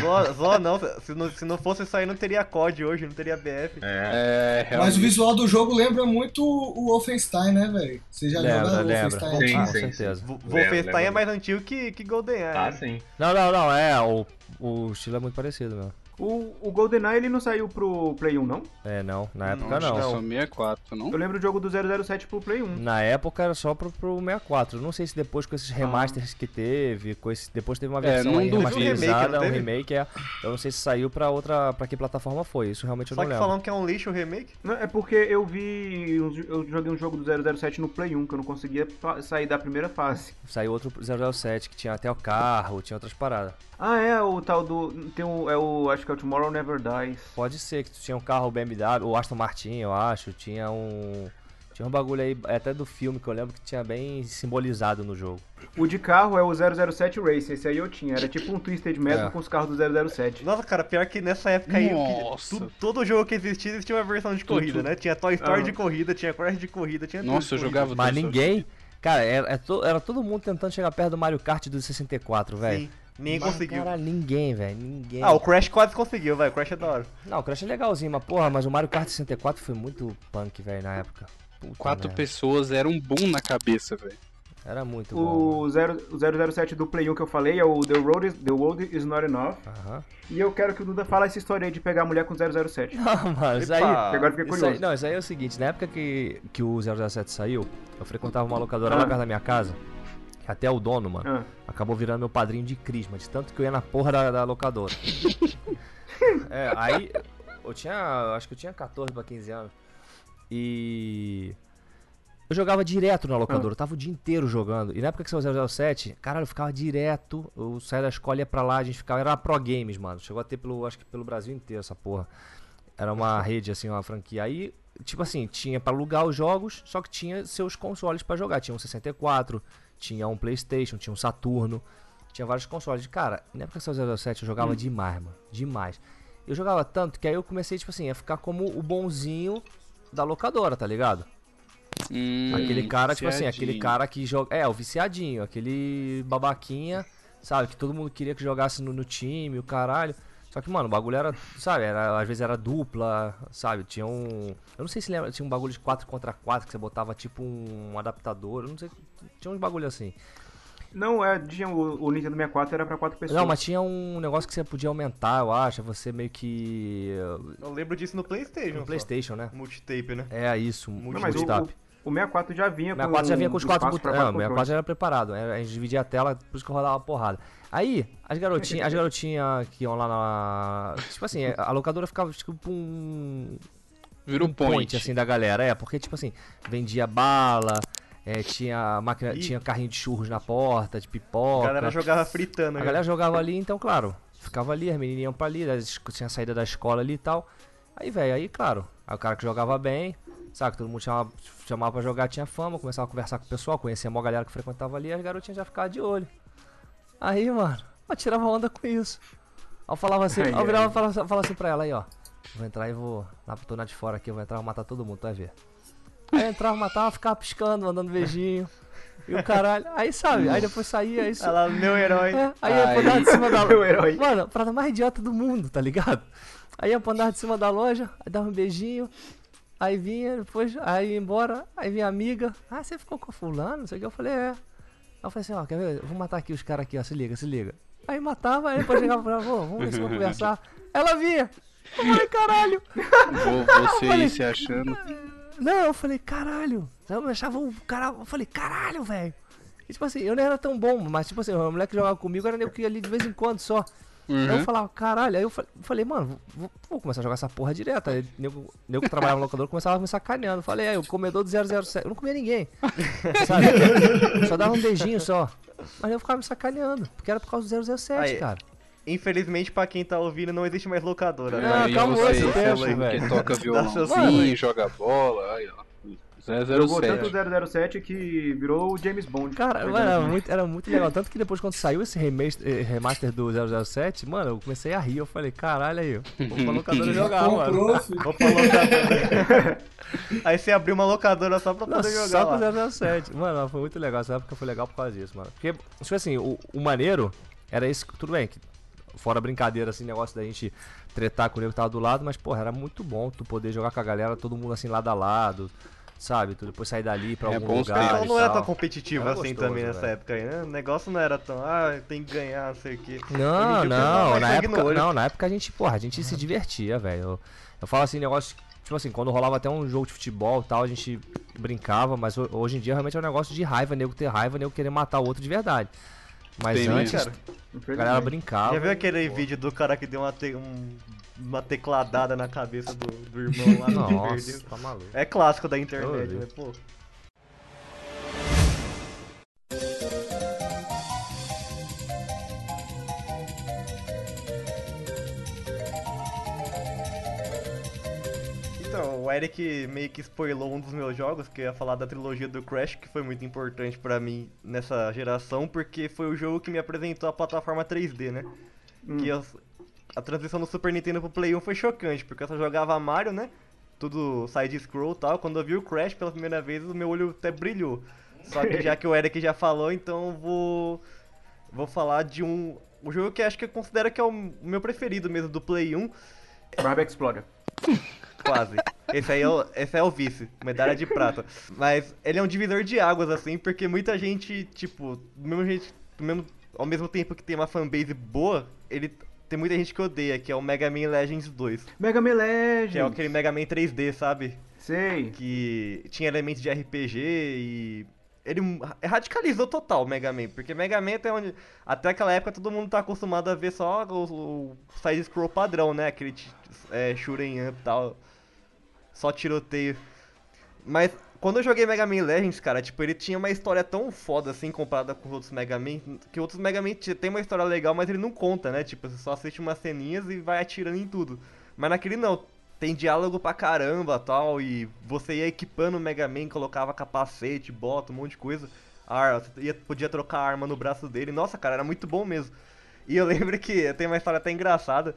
Speaker 3: Zó, zó não, se não, se não fosse isso aí, não teria COD hoje, não teria BF.
Speaker 5: É,
Speaker 2: É,
Speaker 4: Mas
Speaker 2: realmente.
Speaker 4: o visual do jogo lembra muito o Wolfenstein, né, velho? Você já
Speaker 6: Lembra,
Speaker 4: jogaram
Speaker 6: lembra.
Speaker 4: Wolfenstein?
Speaker 5: Sim,
Speaker 6: Ah, com
Speaker 5: sim,
Speaker 6: certeza.
Speaker 3: Vo-
Speaker 5: Lembra, lembra.
Speaker 3: Wolfenstein é mais antigo que, que GoldenEye.
Speaker 5: tá
Speaker 3: né?
Speaker 5: sim.
Speaker 6: Não, não, não. É, o, o estilo é muito parecido, meu.
Speaker 1: O, o GoldenEye ele não saiu pro Play 1, não?
Speaker 6: É, não. Na época
Speaker 3: Não,
Speaker 6: não.
Speaker 2: Só 64, não?
Speaker 1: Eu lembro do jogo do 007 pro Play 1.
Speaker 6: Na época era só pro, pro 64. Não sei se depois com esses remasters que teve, com esse, depois teve uma versão
Speaker 2: não
Speaker 6: aí
Speaker 2: duvido.
Speaker 6: remasterizada,
Speaker 3: Teve um
Speaker 6: um remake, é. Eu não sei se saiu pra outra, para que plataforma foi. Isso realmente eu
Speaker 3: Só
Speaker 6: não
Speaker 3: que
Speaker 6: lembro.
Speaker 3: falam que é um lixo o remake.
Speaker 1: Não, é porque eu vi. uns- Eu joguei um jogo do 007 no Play 1, que eu não conseguia fa- sair da primeira fase.
Speaker 6: Saiu outro 007 que tinha até o carro, tinha outras paradas.
Speaker 1: Ah, é, o tal do. Tem o. É o. Acho que é o Tomorrow Never Dies.
Speaker 6: Pode ser que tu tinha um carro BMW, o Aston Martin, eu acho, tinha um tinha um bagulho aí até do filme que eu lembro que tinha bem simbolizado no jogo.
Speaker 1: O de carro é o 007 Race, esse aí eu tinha. Era tipo um Twisted Metal
Speaker 6: É.
Speaker 1: com os carros do 007.
Speaker 3: Nossa, cara, pior que nessa época aí, o que-
Speaker 2: Nossa.
Speaker 3: tu- todo jogo que existia, existia uma versão de corrida, né? Tinha Toy Story
Speaker 1: Ah.
Speaker 3: de corrida, tinha Crash de corrida, tinha tudo
Speaker 2: Nossa, eu
Speaker 3: de corrida.
Speaker 2: jogava
Speaker 6: Mas
Speaker 2: tudo.
Speaker 6: ninguém, cara, era, era to- era todo mundo tentando chegar perto do Mario Kart do 64, velho.
Speaker 3: Sim, ninguém
Speaker 6: Mas,
Speaker 3: conseguiu.
Speaker 6: Cara, ninguém, velho, ninguém.
Speaker 3: Ah, o Crash quase conseguiu, vai. O Crash é da hora.
Speaker 6: Não, o Crash é legalzinho, mas porra, mas o Mario Kart 64 foi muito punk, velho, na época. Puta
Speaker 2: Quatro
Speaker 6: merda.
Speaker 2: pessoas era um boom na cabeça, velho.
Speaker 6: Era muito bom.
Speaker 1: O, zero, o 007 do Play 1 que eu falei é o The Road is, The Road is Not Enough.
Speaker 6: Aham.
Speaker 1: E eu quero que o Duda fale essa história aí de pegar a mulher com 007.
Speaker 6: Não, mas
Speaker 3: Epa,
Speaker 6: aí.
Speaker 1: que agora eu fiquei
Speaker 6: isso aí-
Speaker 1: curioso.
Speaker 6: não, isso aí é o seguinte: na época que, que o 007 saiu, eu frequentava uma locadora lá
Speaker 1: Ah.
Speaker 6: perto da minha casa. que Até o dono, mano,
Speaker 1: Ah.
Speaker 6: acabou virando meu padrinho de crisma, de tanto que eu ia na porra da, da locadora. é, aí. Eu tinha. Acho que eu tinha 14 pra 15 anos. E. Eu jogava direto na
Speaker 1: Ah.
Speaker 6: locadora, eu tava o dia inteiro jogando. E na época que saiu o 007, caralho, eu ficava direto. Eu saía da escola, ia pra lá, a gente ficava. Era a Pro Games, mano. Chegou a ter pelo, acho que pelo Brasil inteiro essa porra. Era uma rede, assim, uma franquia. Aí, tipo assim, tinha pra alugar os jogos, só que tinha seus consoles pra jogar. Tinha um 64, tinha um PlayStation, tinha um Saturno, tinha vários consoles. Cara, na época que saiu o 007, eu jogava demais, mano. Demais. Eu jogava tanto que aí eu comecei, tipo assim, a ficar como o bonzinho da locadora, tá ligado?
Speaker 2: Hum,
Speaker 6: Aquele cara, tipo assim, aquele
Speaker 2: viciadinho.
Speaker 6: cara que joga. É, o viciadinho, aquele babaquinha, sabe? Que todo mundo queria que jogasse no, no time, o caralho. Só que, mano, o bagulho era, sabe? Era, às vezes era dupla, sabe? Tinha um. Eu não sei se lembra, tinha um bagulho de 4 contra 4 que você botava tipo um adaptador, eu não sei. Tinha uns bagulho assim.
Speaker 1: Não, é, tinha o, o Nintendo 64 era pra quatro pessoas.
Speaker 6: Não, mas tinha um negócio que você podia aumentar, eu acho. Você meio que.
Speaker 3: Eu lembro disso no PlayStation.
Speaker 6: No PlayStation, né?
Speaker 3: Só. Multitape, né?
Speaker 6: É isso,
Speaker 1: um Não, mas o,
Speaker 6: multitap.
Speaker 1: o, o 64 já vinha com um
Speaker 6: 64 já vinha com os quatro
Speaker 1: espaço pra
Speaker 6: botões. É, Não,
Speaker 1: quatro
Speaker 6: 64 já era preparado. era- A gente dividia a tela, por isso que eu rodava uma porrada. Aí, as garotinhas, as garotinhas que iam lá na. Tipo assim, a locadora ficava tipo um.
Speaker 2: Virou
Speaker 6: um
Speaker 2: point.
Speaker 6: assim da galera. É, porque, tipo assim, vendia bala, é, tinha, máquina,
Speaker 3: Ih.
Speaker 6: tinha carrinho de churros na porta, de pipoca.
Speaker 3: A galera jogava fritando.
Speaker 6: A
Speaker 3: né?
Speaker 6: galera jogava ali, então, claro, ficava ali, as menininhas iam pra ali, as esco- tinha a saída da escola ali e tal. Aí, velho, aí, claro, aí o cara que jogava bem, sabe, todo mundo chamava, chamava pra jogar, tinha fama, começava a conversar com o pessoal, conhecia a maior galera que frequentava ali, as garotinhas já ficavam de olho. Aí, mano, eu tirava onda com isso. Aí eu falava assim, aí eu virava e falava, falava assim pra ela, aí, ó, vou entrar e vou, lá pro tornar de fora aqui, eu vou entrar e vou matar todo mundo, tu vai ver. Aí eu entrava, matava, ficava piscando, mandando beijinho. E o caralho. Aí sabe, aí depois saía, isso.
Speaker 3: Olha lá, meu herói.
Speaker 6: É, aí ia
Speaker 2: Aí.
Speaker 6: pra andar de cima da
Speaker 1: Meu
Speaker 6: loja.
Speaker 1: herói.
Speaker 6: Mano, a parada mais idiota do mundo, tá ligado? Aí ia pra andar de cima da loja, aí dava um beijinho, aí vinha, depois, aí ia embora, aí vinha a amiga. Ah, você ficou com fulano, não sei o que. Eu falei, é. Aí eu falei assim, ó, quer ver? Eu vou matar aqui os caras aqui, ó, se liga, se liga. Aí matava, aí depois chegava pra pô, vamos ver se eu vou conversar. Ela vinha. Eu falei, caralho.
Speaker 2: Vou- Você aí se achando.
Speaker 6: Não, eu falei, caralho. Eu me achava um cara. Eu falei, caralho, velho. E, Tipo assim, eu não era tão bom, mas tipo assim, o moleque que jogava comigo era eu que ia ali de vez em quando só. Aí eu
Speaker 2: Uhum.
Speaker 6: falava, caralho. Aí eu fa- falei, mano, vou, vou começar a jogar essa porra direto. Aí nego, nego que trabalhava no locador começava a me sacaneando. Falei, aí, o comedor do 007. Eu não comia ninguém. Sabe? Só dava um beijinho só. Mas eu ficava me sacaneando, porque era por causa do 007,
Speaker 3: Aí,
Speaker 6: cara.
Speaker 3: Infelizmente, pra quem tá ouvindo, não existe mais locadora, né?
Speaker 6: Ah,
Speaker 2: Aí
Speaker 6: acabou
Speaker 2: você, é
Speaker 6: esse
Speaker 2: sei
Speaker 6: tempo,
Speaker 2: lá,
Speaker 6: velho.
Speaker 2: Que toca
Speaker 3: Mano,
Speaker 2: violãozinho, joga bola, aí ó.
Speaker 1: Jogou tanto
Speaker 2: 007.
Speaker 1: o 007 é que virou o James Bond.
Speaker 6: Cara,
Speaker 1: Foi
Speaker 6: mano, era
Speaker 1: grande.
Speaker 6: muito, era muito legal. Tanto que depois, quando saiu esse remaster, eh, remaster do 007, mano, eu comecei a rir. Eu falei, caralho aí, eu vou pra locadora jogar, mano.
Speaker 4: Comprou, filho.
Speaker 3: Vou pra locadora. aí você abriu uma locadora só pra
Speaker 6: Não,
Speaker 3: poder jogar.
Speaker 6: só
Speaker 3: lá.
Speaker 6: com 007. Mano, foi muito legal. Essa época foi legal por causa disso, mano. Porque, tipo assim, o, o maneiro era esse. Tudo bem, que fora brincadeira, assim, negócio da gente tretar com o nego que tava do lado, mas, porra, era muito bom tu poder jogar com a galera, todo mundo assim, lado a lado, sabe? Tu depois sair dali pra
Speaker 2: É
Speaker 6: algum
Speaker 2: bom
Speaker 3: O
Speaker 2: os
Speaker 6: lugar.
Speaker 3: pessoal
Speaker 6: e
Speaker 3: não era
Speaker 6: tal.
Speaker 3: tão competitivo
Speaker 6: Era
Speaker 3: assim
Speaker 6: Tá gostoso,
Speaker 3: também nessa
Speaker 6: velho.
Speaker 3: época aí, né? O negócio não era tão, ah, tem que ganhar, não sei o quê.
Speaker 6: Não,
Speaker 3: Hoje em dia o pessoal
Speaker 6: não,
Speaker 3: vai
Speaker 6: na
Speaker 3: sangue no
Speaker 6: época,
Speaker 3: olho. Uhum.
Speaker 6: não, na época a gente, porra, a gente se divertia, velho. Eu, eu falo assim, negócio, tipo assim, quando rolava até um jogo de futebol e tal, a gente brincava, mas ho- hoje em dia realmente é um negócio de raiva, nego ter raiva, nego querer matar o outro de verdade. Mas
Speaker 2: Tem
Speaker 6: antes,
Speaker 2: isso.
Speaker 6: a galera brincava.
Speaker 3: Já viu aquele vídeo do cara que deu uma, te- um- uma tecladada na cabeça do, do irmão lá no
Speaker 6: Nossa,
Speaker 3: perdeu?
Speaker 6: tá maluco.
Speaker 3: É clássico da
Speaker 6: Eu
Speaker 3: internet,
Speaker 6: vi.
Speaker 3: né? Pô. Então, o Eric meio que spoilou um dos meus jogos, que eu ia falar da trilogia do Crash, que foi muito importante pra mim nessa geração, porque foi o jogo que me apresentou a plataforma 3D, né? Que eu- a transição do Super Nintendo pro Play 1 foi chocante, porque eu só jogava Mario, né? Tudo side-scroll e tal. Quando eu vi o Crash pela primeira vez, o meu olho até brilhou. Só que já que o Eric já falou, então eu vou. Vou falar de um. O jogo que acho que eu considero que é o meu preferido mesmo do Play 1,
Speaker 1: Barba Explorer.
Speaker 3: Quase. Esse aí é o, esse é o vice, medalha de prata. Mas ele é um divisor de águas, assim, porque muita gente, tipo, do mesmo jeito, do mesmo, ao mesmo tempo que tem uma fanbase boa, ele tem muita gente que odeia, que é o Mega Man Legends 2.
Speaker 1: Mega Man Legends!
Speaker 3: Que é aquele Mega Man 3D, sabe?
Speaker 1: Sei.
Speaker 3: Que tinha elementos de RPG e. Ele radicalizou total o Mega Man, porque Mega Man é até onde. Até aquela época todo mundo tá acostumado a ver só o, o side scroll padrão, né? Aquele é, Shuren Up e tal. Só tiroteio. Mas quando eu joguei Mega Man Legends, cara, tipo, ele tinha uma história tão foda assim comparada com os outros Mega Man, que outros Mega Man tem uma história legal, mas ele não conta, né? Tipo, você só assiste umas ceninhas e vai atirando em tudo. Mas naquele não, tem diálogo pra caramba tal, e você ia equipando o Mega Man, colocava capacete, bota, um monte de coisa. Ah, você ia, podia trocar a arma no braço dele. Nossa, cara, era muito bom mesmo. E eu lembro que tem uma história até engraçada,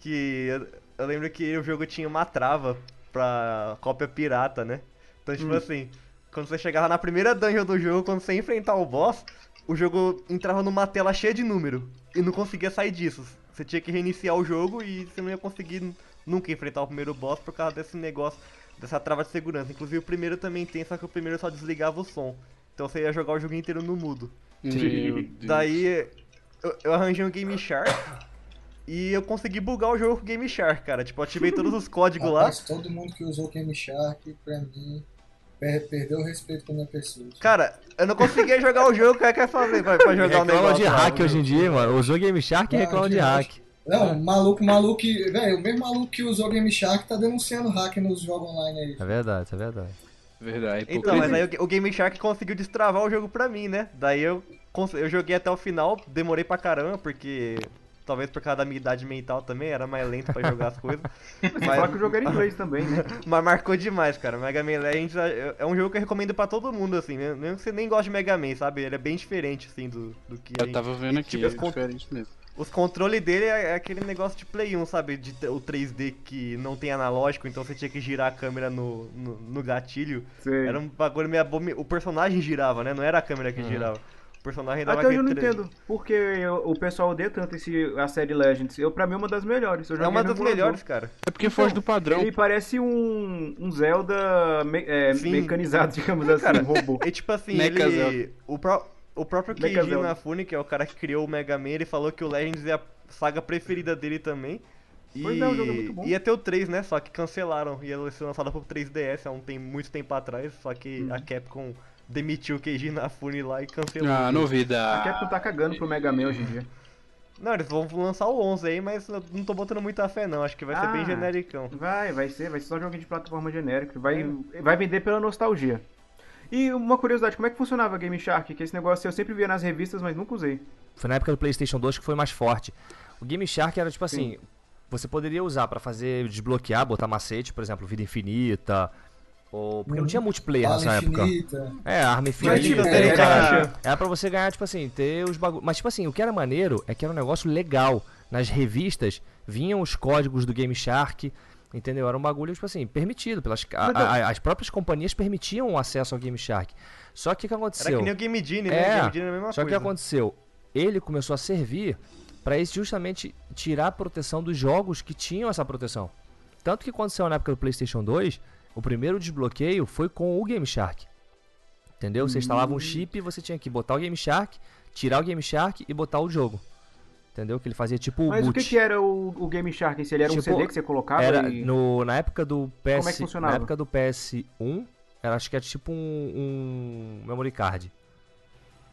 Speaker 3: que eu, eu lembro que o jogo tinha uma trava pra cópia pirata, né? Então, tipo hum. assim, quando você chegava na primeira dungeon do jogo, quando você ia enfrentar o boss, o jogo entrava numa tela cheia de número e não conseguia sair disso. Você tinha que reiniciar o jogo e você não ia conseguir nunca enfrentar o primeiro boss por causa desse negócio, dessa trava de segurança. Inclusive, o primeiro também tem, só que o primeiro só desligava o som. Então você ia jogar o jogo inteiro no mudo. Daí eu, eu arranjei um Game Shark e eu consegui bugar o jogo com o Game Shark, cara. Tipo, eu ativei todos os códigos
Speaker 4: Rapaz, lá. Todo mundo que usou o Game Shark, pra mim, Perdeu o respeito com a minha pessoa.
Speaker 3: Cara, eu não conseguia jogar o jogo, o cara quer fazer pra, pra jogar o um
Speaker 6: negócio. Reclama de hack
Speaker 3: cara,
Speaker 6: hoje em dia, mano. Usou Game Shark e reclama de hack. É.
Speaker 4: Não, maluco, maluco, velho, o mesmo maluco que usou Game Shark tá denunciando hack nos jogos online aí.
Speaker 6: É verdade, é verdade.
Speaker 2: Verdade.
Speaker 3: Então, mas aí o Game Shark conseguiu destravar o jogo pra mim, né? Daí eu, eu joguei até o final, demorei pra caramba, porque talvez por causa da minha idade mental também, era mais lento pra jogar as coisas.
Speaker 1: mas... Só que o jogo era em inglês também, né?
Speaker 3: mas marcou demais, cara. Mega Man Legends é um jogo que eu recomendo pra todo mundo, assim, né? Mesmo que você nem gosta de Mega Man, sabe? Ele é bem diferente, assim, do, do que.
Speaker 2: Eu gente... tava vendo aqui, tipo, é cont... diferente mesmo.
Speaker 3: Os controles dele é aquele negócio de Play 1, sabe? De, o 3D que não tem analógico, então você tinha que girar a câmera no, no, no gatilho.
Speaker 1: Sim.
Speaker 3: Era um bagulho meio abom... O personagem girava, né? Não era a câmera que uhum. girava.
Speaker 1: Até hoje eu não entendo porque eu, o pessoal odeia tanto esse, a série Legends. Eu, pra mim é uma das melhores.
Speaker 3: é uma das melhores, cara.
Speaker 2: É porque foge do padrão.
Speaker 1: Ele parece um, um Zelda me, é, mecanizado, digamos assim,
Speaker 3: cara,
Speaker 1: um robô.
Speaker 3: É tipo assim, ele, o, pro, o próprio Keiji Inafune, que é o cara que criou o Mega Man, ele falou que o Legends é a saga preferida dele também. E...
Speaker 1: Pois é, o jogo é muito bom.
Speaker 3: Ia ter o 3, né? Só que cancelaram. Ia ser lançado pro 3DS há um tem, muito tempo atrás. Só que
Speaker 1: Uhum.
Speaker 3: hum. a Capcom demitiu o Keiji Inafune lá e cancelou.
Speaker 2: Ah, novidade.
Speaker 1: A Capcom tá cagando pro Mega Man hoje em dia.
Speaker 3: Não, eles vão lançar o 11 aí, mas eu não tô botando muita fé não, acho que vai ser
Speaker 1: Ah,
Speaker 3: bem genericão.
Speaker 1: Vai, vai ser, vai ser só joguinho de plataforma genérico, vai,
Speaker 3: É.
Speaker 1: vai vender pela nostalgia. E uma curiosidade, como é que funcionava a Game Shark? Que esse negócio eu sempre via nas revistas, mas nunca usei.
Speaker 6: Foi na época do PlayStation 2 que foi mais forte. O Game Shark era tipo assim, Sim. você poderia usar para fazer desbloquear, botar macete, por exemplo, vida infinita, ou... Porque não tinha multiplayer
Speaker 4: Arma
Speaker 6: nessa
Speaker 4: infinita.
Speaker 6: época. É, arma infinita.
Speaker 4: Uhum. Mas, tipo,
Speaker 6: era, era pra você ganhar, tipo assim, ter os bagulhos. Mas, tipo assim, o que era maneiro é que era um negócio legal. Nas revistas vinham os códigos do Game Shark, entendeu? Era um bagulho, tipo assim, permitido. Pelas... A, a, as próprias companhias permitiam o acesso ao Game Shark. Só que o que aconteceu?
Speaker 3: Era que nem o Game Genie, né?
Speaker 6: É,
Speaker 3: o Game Genie era a mesma
Speaker 6: só
Speaker 3: coisa.
Speaker 6: que o que aconteceu? Ele começou a servir para justamente tirar a proteção dos jogos que tinham essa proteção. Tanto que quando saiu na época do PlayStation 2, o primeiro desbloqueio foi com o Game Shark. Entendeu? Você instalava
Speaker 1: Hum.
Speaker 6: um chip e você tinha que botar o Game Shark, tirar o Game Shark e botar o jogo. Entendeu? Que ele fazia tipo o
Speaker 1: Mas
Speaker 6: boot.
Speaker 1: o que, que era o, o Game Shark? Se ele era um
Speaker 6: Tipo,
Speaker 1: CD que você colocava
Speaker 6: Era
Speaker 1: e...
Speaker 6: no, na época do PS,
Speaker 1: Como é que funcionava?
Speaker 6: na época do PS1, era acho que era tipo um, um memory card.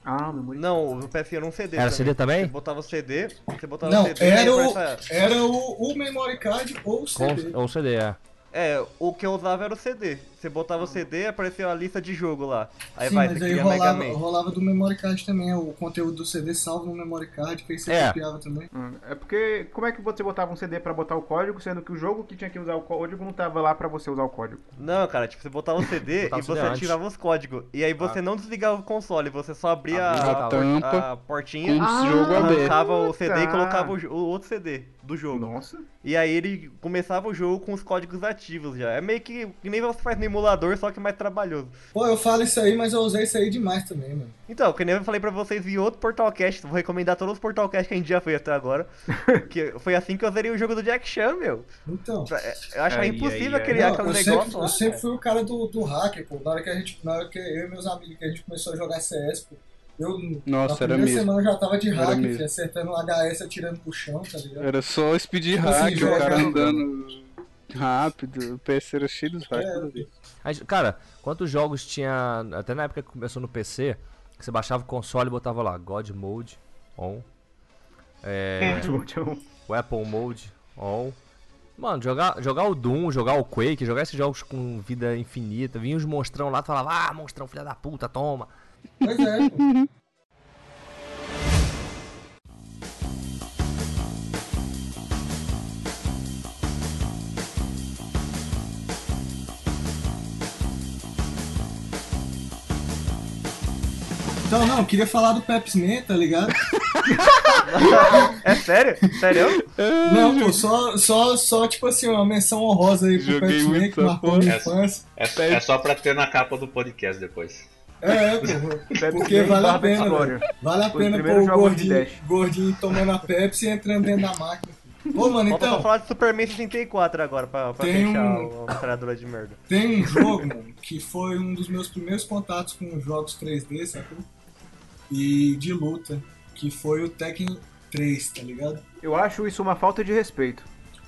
Speaker 1: Ah, memória.
Speaker 3: Não, o PS era um CD
Speaker 6: Era
Speaker 3: também.
Speaker 6: CD também?
Speaker 3: Você botava o CD, você botava
Speaker 4: Não,
Speaker 3: o CD
Speaker 4: era
Speaker 3: aí
Speaker 4: o,
Speaker 3: aparecia-
Speaker 4: era o, o memory card ou o
Speaker 6: Com,
Speaker 4: CD.
Speaker 6: ou CD, é.
Speaker 3: É, o que eu usava era o CD. Você botava o CD, apareceu a lista de jogo lá. Aí
Speaker 4: Sim,
Speaker 3: vai,
Speaker 4: mas
Speaker 3: você
Speaker 4: aí
Speaker 3: cria Mega
Speaker 4: rolava,
Speaker 3: Man.
Speaker 4: rolava do memory card também. O conteúdo do CD salvo no memory card, que aí você
Speaker 6: É.
Speaker 4: copiava também.
Speaker 1: Hum, É porque como é que você botava um CD pra botar o código, sendo que o jogo que tinha que usar o código não tava lá pra você usar o código?
Speaker 3: Não, cara, tipo, você botava o CD
Speaker 6: Botava
Speaker 3: e
Speaker 6: o CD
Speaker 3: você
Speaker 6: antes.
Speaker 3: tirava os códigos. E aí você não desligava o console, você só abria
Speaker 6: Abria
Speaker 3: a,
Speaker 6: a
Speaker 3: por-
Speaker 2: tampa
Speaker 3: a
Speaker 2: Com
Speaker 3: portinha,
Speaker 2: o jogo aberto.
Speaker 3: arrancava o CD e
Speaker 1: tá.
Speaker 3: colocava o, jo- o outro CD do jogo.
Speaker 1: Nossa.
Speaker 3: E aí ele começava o jogo com os códigos ativos já. É meio que, que nem você faz no emulador, só que mais trabalhoso.
Speaker 4: Pô, eu falo isso aí, mas eu usei isso aí demais também, mano.
Speaker 3: Então, que nem eu falei pra vocês em outro Portalcast, vou recomendar todos os Portalcasts que a gente já fez até agora. que foi assim que eu zerei o jogo do Jack Chan, meu.
Speaker 4: Então.
Speaker 3: Eu achava
Speaker 4: Aí,
Speaker 3: impossível
Speaker 4: aí, aí.
Speaker 3: aquele,
Speaker 4: Não,
Speaker 3: é, aquele
Speaker 4: eu
Speaker 3: negócio.
Speaker 4: Sempre,
Speaker 3: lá,
Speaker 4: eu sempre fui o cara do, do hacker, pô. Na hora que a gente. Na hora que eu e meus amigos que a gente começou a jogar CS, pô. Eu,
Speaker 2: Nossa,
Speaker 4: na
Speaker 2: era
Speaker 4: primeira
Speaker 2: mesmo.
Speaker 4: semana eu já tava de
Speaker 2: Era
Speaker 4: hacker,
Speaker 2: mesmo. É.
Speaker 4: fi, acertando HS, atirando pro chão, tá ligado?
Speaker 2: Era só speed
Speaker 4: Tipo
Speaker 2: hack,
Speaker 4: assim,
Speaker 2: o
Speaker 4: joga- É,
Speaker 2: cara andando rápido, o PS era cheio de hack. toda vez.
Speaker 6: A gente- Cara, quantos jogos tinha. Até na época que começou no PC, que você baixava o console e botava lá God Mode on. É,
Speaker 1: God Mode on.
Speaker 6: Weapon Mode on. Mano, jogar, jogar o Doom, jogar o Quake, jogar esses jogos com vida infinita. Vinha os monstrão lá e falava, ah, monstrão, filha da puta, toma.
Speaker 4: Pois é, pô. Então, não, eu queria falar do Pepsi Man, tá ligado? assim.
Speaker 3: é sério? Sério?
Speaker 4: Não, pô, só, só, só tipo assim, uma menção honrosa aí pro
Speaker 5: Joguei
Speaker 4: Pepsi Man
Speaker 5: muito
Speaker 4: que marcou minha infância.
Speaker 5: É, é, é só pra ter na capa do podcast depois.
Speaker 4: É, pô, porque vale a pena, velho. Vale a pena pôr o gordinho, gordinho tomando a Pepsi e entrando dentro da máquina. Ô, mano,
Speaker 3: Falta
Speaker 4: então-
Speaker 3: só falar de Superman 64 agora, pra, pra
Speaker 4: Tem
Speaker 3: fechar
Speaker 4: um-
Speaker 3: a metralhadora de merda.
Speaker 4: Tem um jogo, mano, que foi um dos meus primeiros contatos com jogos 3D, sacou? E de luta, que foi o Tekken 3, tá ligado?
Speaker 1: Eu acho isso uma falta de respeito.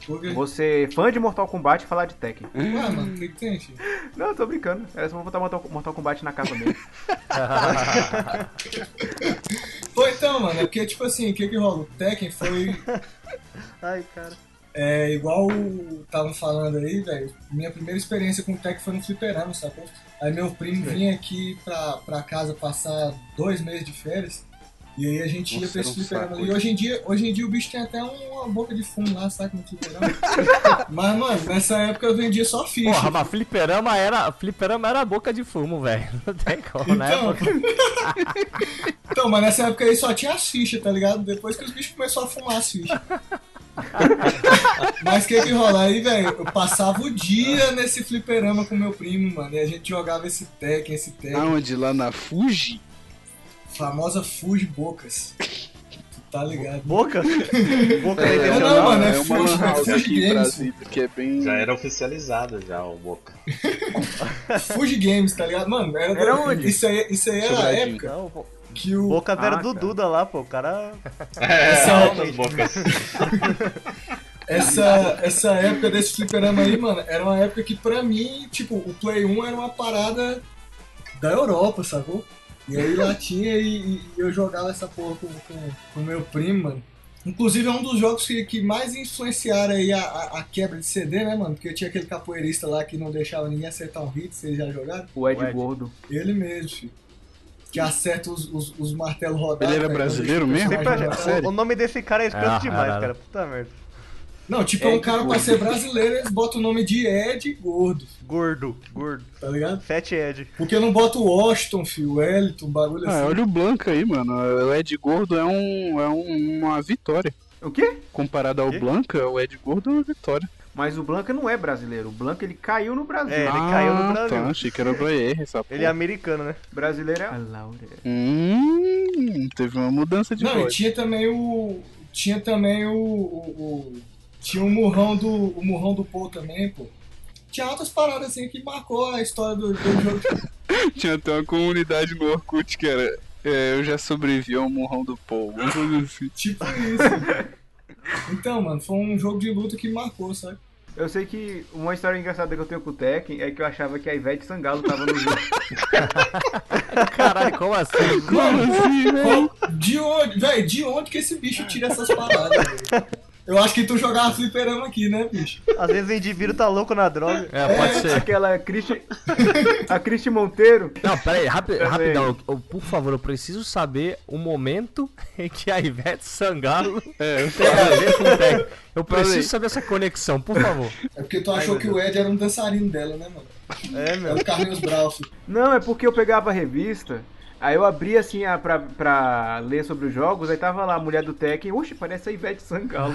Speaker 4: Por
Speaker 1: É.
Speaker 4: quê?
Speaker 1: Você, fã de Mortal Kombat, falar de Tekken.
Speaker 4: Ué, mano, o que, que tem, gente?
Speaker 1: Não, eu tô brincando. Era só botar Mortal, Mortal Kombat na capa mesmo.
Speaker 4: Foi então, mano, é porque, tipo assim, o que que rola? O Tekken foi
Speaker 3: Ai, cara.
Speaker 4: É igual estavam falando aí, velho. Minha primeira experiência com o Tech foi no fliperama, sacou? Aí meu primo vinha aqui pra, pra casa passar dois meses de férias. E aí a gente ia
Speaker 2: Nossa,
Speaker 4: pra esse
Speaker 2: era um
Speaker 4: fliperama.
Speaker 2: saco
Speaker 4: e
Speaker 2: isso.
Speaker 4: hoje em, dia, hoje em dia o bicho tem até uma boca de fumo lá, saca, no fliperama. Mas, mano, nessa época eu vendia só ficha.
Speaker 6: Porra, mas fliperama era, fliperama era boca de fumo, velho. Não tem como,
Speaker 5: né?
Speaker 6: na
Speaker 4: Então.
Speaker 6: época.
Speaker 4: Então, mas nessa época aí só tinha as fichas, tá ligado? Depois que os bichos começaram a fumar as fichas. mas o que que rola aí, velho? Eu passava o dia nesse fliperama com meu primo, mano. E a gente jogava esse Tekken, esse Tekken.
Speaker 2: Aonde? Lá na Fuji?
Speaker 4: Famosa Fuji Bocas. Tu tá ligado?
Speaker 3: Boca?
Speaker 4: Boca é, não, mano, é, Fuji, Fuji Games.
Speaker 5: que é bem... Já era oficializado já o Boca.
Speaker 4: Fuji Games, tá ligado? Mano, era,
Speaker 5: Era
Speaker 4: do-
Speaker 5: onde?
Speaker 4: Isso aí, isso aí era a
Speaker 5: Sobradinho.
Speaker 4: época
Speaker 3: Não, pô.
Speaker 4: que o.
Speaker 3: Boca era
Speaker 4: Ah,
Speaker 3: do
Speaker 4: cara.
Speaker 3: Duda lá, pô. O cara.
Speaker 4: Essa- essa, essa época desse fliperama aí, mano, era uma época que pra mim, tipo, o Play 1 era uma parada da Europa, sacou? E aí lá tinha e, e eu jogava essa porra com, com, com meu primo, mano. Inclusive é um dos jogos que, que mais influenciaram aí a, a, a quebra de CD, né, mano? Porque tinha aquele capoeirista lá que não deixava ninguém acertar um hit, vocês já jogaram?
Speaker 1: O Ed Gordo.
Speaker 4: Ele mesmo, filho. Que acerta os, os, os martelos rodados.
Speaker 2: Ele era
Speaker 4: né?
Speaker 2: brasileiro mesmo?
Speaker 3: é,
Speaker 4: Sempre
Speaker 2: Cara,
Speaker 4: a-
Speaker 2: sério?
Speaker 3: O nome desse cara é escroto
Speaker 2: Ah,
Speaker 3: demais,
Speaker 2: caralho.
Speaker 3: cara. Puta merda.
Speaker 4: Não, tipo, é um
Speaker 3: Ed
Speaker 4: cara pra
Speaker 3: Gordo.
Speaker 4: ser brasileiro, eles botam o nome de Ed Gordo.
Speaker 3: Gordo, gordo.
Speaker 4: Tá ligado?
Speaker 3: Fat Ed.
Speaker 4: Porque não bota o Washington, filho, o Wellington, bagulho
Speaker 2: Ah,
Speaker 4: assim.
Speaker 2: olha o Blanca aí, mano. O Ed Gordo é, um, é um- uma vitória.
Speaker 1: O quê?
Speaker 2: Comparado ao Blanca, o Ed Gordo é uma vitória.
Speaker 1: Mas o Blanca não é brasileiro. O Blanca ele caiu no Brasil.
Speaker 3: É, ele caiu no
Speaker 2: Ah,
Speaker 3: Brasil.
Speaker 2: Tá, achei que era pra errar essa porra.
Speaker 3: Ele é americano, né?
Speaker 1: Brasileiro é a Laura.
Speaker 2: Hum, teve uma mudança de
Speaker 4: Não, e
Speaker 2: voz.
Speaker 4: tinha também o. Tinha também o. o- o- tinha o murrão do. O murrão do Paul também, pô. Tinha outras paradas assim que marcou a história do, do jogo.
Speaker 2: Tinha até uma comunidade no Orkut que era. é, eu já sobrevivi ao murrão do Paul. uma coisa assim.
Speaker 4: Tipo isso. Então, mano, foi um jogo de luta que marcou, sabe?
Speaker 1: Eu sei que uma história engraçada que eu tenho com o Tekken é que eu achava que a Ivete Sangalo tava no jogo.
Speaker 6: Caralho, como assim?
Speaker 4: Mano,
Speaker 2: assim,
Speaker 4: velho? De onde, velho? De onde que esse bicho tira essas paradas, velho? Eu acho que tu jogava fliperama aqui, né, bicho?
Speaker 3: Às vezes o indivíduo tá louco na droga.
Speaker 6: É, pode ser.
Speaker 1: Aquela Cristi... a Cristi Monteiro.
Speaker 6: Não, peraí, rapi
Speaker 1: Também.
Speaker 6: rapidão. Eu- eu- por favor, eu preciso saber o momento em que a Ivete Sangalo tem a ver com o Tec. Eu preciso saber essa conexão, por favor.
Speaker 4: É porque tu achou que o Ed era um dançarino dela, né, mano?
Speaker 3: É,
Speaker 4: É o Carlinhos Brau, filho.
Speaker 1: Não, é porque eu pegava a revista, aí eu abria assim a, pra, pra ler sobre os jogos, aí tava lá a mulher do Tekken, oxe, parece a Ivete Sangalo.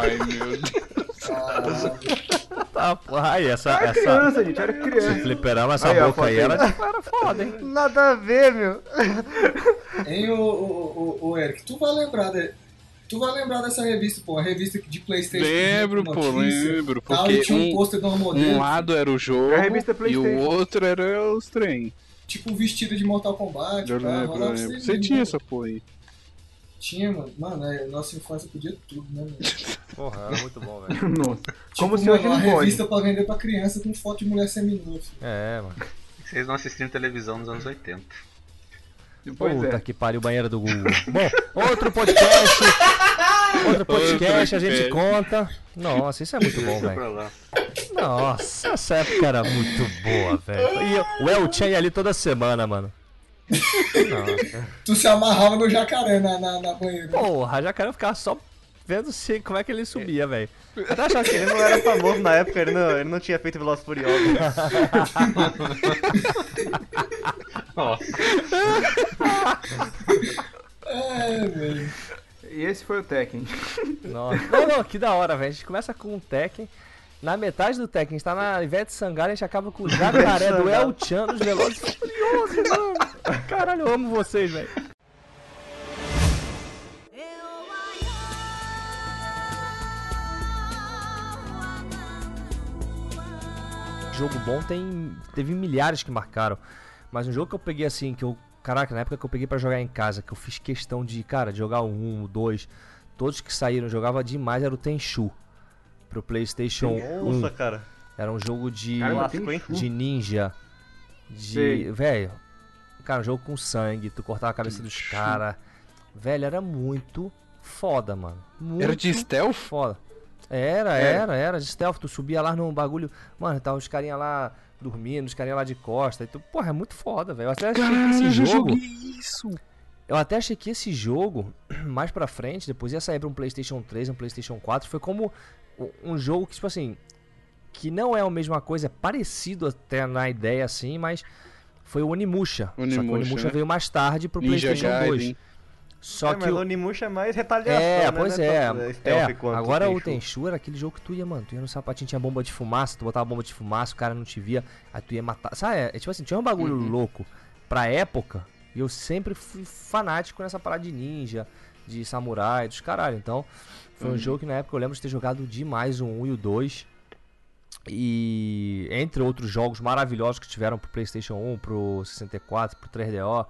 Speaker 2: Ai, meu Deus.
Speaker 6: Tá, porra, aí, essa.
Speaker 1: Era
Speaker 6: essa...
Speaker 1: criança, gente, era criança.
Speaker 6: Esse fliperama, essa
Speaker 1: Aí, ó,
Speaker 6: boca aí,
Speaker 1: foto
Speaker 6: era,
Speaker 1: aí.
Speaker 6: era foda, hein?
Speaker 3: Nada a ver, meu.
Speaker 4: Hein, ô, ô, ô, ô, ô, Eric, tu vai lembrar de- Tu vai lembrar dessa revista, pô, a revista de Playstation.
Speaker 2: Lembro,
Speaker 4: com
Speaker 2: pô,
Speaker 4: notícia,
Speaker 2: lembro.
Speaker 4: Tal, e
Speaker 2: Porque
Speaker 4: tinha um,
Speaker 2: um,
Speaker 4: pôster de uma modelo,
Speaker 2: um lado era o jogo
Speaker 1: É a revista
Speaker 2: e o
Speaker 1: PlayStation.
Speaker 2: outro era os trem.
Speaker 4: tipo vestido de Mortal Kombat,
Speaker 2: Eu
Speaker 4: pá,
Speaker 2: lembro, eu
Speaker 4: rolava
Speaker 2: lembro.
Speaker 4: esse
Speaker 2: Você
Speaker 4: livro,
Speaker 2: tinha
Speaker 4: né?
Speaker 2: essa porra aí.
Speaker 4: Tinha, mano. Mano, é, nossa infância podia tudo, né, mano?
Speaker 6: Porra, era muito bom, velho.
Speaker 1: Nossa. Como um se
Speaker 4: Tipo,
Speaker 1: hoje
Speaker 4: mano,
Speaker 1: não
Speaker 4: uma
Speaker 1: pode.
Speaker 4: revista pra vender pra criança com foto de mulher seminua, filho.
Speaker 6: É, mano.
Speaker 5: Vocês não assistiam televisão nos anos 80.
Speaker 1: Pois
Speaker 6: Puta
Speaker 1: é.
Speaker 6: que pariu, banheira do Google. Bom, outro podcast. Outro podcast, a
Speaker 2: podcast.
Speaker 6: gente conta. Nossa, isso é muito bom,
Speaker 5: Deixa
Speaker 6: velho.
Speaker 5: pra lá.
Speaker 6: Nossa, essa época era muito boa, velho. E eu- o El Chan ia ali toda semana, mano.
Speaker 4: Tu se amarrava no jacaré na, na, na banheira.
Speaker 6: Porra, já quero ficar só vendo se, como é que ele subia, velho. Até achava que
Speaker 3: Ele não era famoso na época, ele não, ele não tinha feito Velozes e Furiosos.
Speaker 5: Nossa,
Speaker 4: É, velho.
Speaker 1: E esse foi o Tekken.
Speaker 6: Nossa. Não, não, que da hora, velho. A gente começa com um Tekken. Na metade do Tekken, a gente tá na Ivete Sangalo e a gente acaba com o jacaré do El Chan nos Velozes e Furiosos, mano. Caralho, eu amo vocês, velho. Jogo bom tem teve milhares que marcaram, mas um jogo que eu peguei assim, que eu, caraca, na época que eu peguei pra jogar em casa, que eu fiz questão de, cara, de jogar o 1, o 2, todos que saíram, eu jogava demais era o Tenchu pro PlayStation 1.
Speaker 3: Nossa, cara.
Speaker 6: Era um jogo de
Speaker 1: Caramba,
Speaker 3: Clássico,
Speaker 1: tem
Speaker 3: hein?
Speaker 1: chu-
Speaker 6: de ninja. De.
Speaker 1: Sei.
Speaker 6: Velho. Cara, um jogo com sangue, tu cortava a cabeça dos caras. Velho, era muito foda, mano. Muito
Speaker 2: Era de stealth?
Speaker 6: foda. Era,
Speaker 1: É.
Speaker 6: era, era de stealth. Tu subia lá num bagulho. Mano, tava os carinha lá dormindo, os carinha lá de costa. E tu, porra, é muito foda, velho. Eu até achei que esse jogo.
Speaker 2: isso.
Speaker 6: Eu até achei que esse jogo, mais pra frente, depois ia sair pra um PlayStation 3, um PlayStation 4. Foi como u- um jogo que, tipo assim, que não é a mesma coisa, é parecido até na ideia assim, mas foi o Onimusha. Só que o
Speaker 2: Onimusha,
Speaker 6: Onimusha
Speaker 2: né?
Speaker 6: veio mais tarde pro
Speaker 2: Ninja
Speaker 6: PlayStation 2.
Speaker 2: Gaiden.
Speaker 6: Só
Speaker 3: é,
Speaker 6: que
Speaker 3: mas
Speaker 6: o-
Speaker 3: o Onimusha é mais retaliação,
Speaker 6: é,
Speaker 3: né?
Speaker 6: pois
Speaker 3: Não
Speaker 6: é.
Speaker 3: tanto
Speaker 6: é.
Speaker 3: stealth quanto
Speaker 6: Agora o
Speaker 3: Tenchu.
Speaker 6: Tenchu era aquele jogo que tu ia, mano. Tu ia no sapatinho, tinha bomba de fumaça, tu botava bomba de fumaça, o cara não te via, aí tu ia matar. Sabe, é, tipo assim, tinha um bagulho louco pra época. E eu sempre fui fanático nessa parada de ninja, de samurai, dos caralho. Então, foi um jogo que na época eu lembro de ter jogado demais o 1 e o 2. E entre outros jogos maravilhosos que tiveram pro PlayStation 1, pro 64, pro 3DO,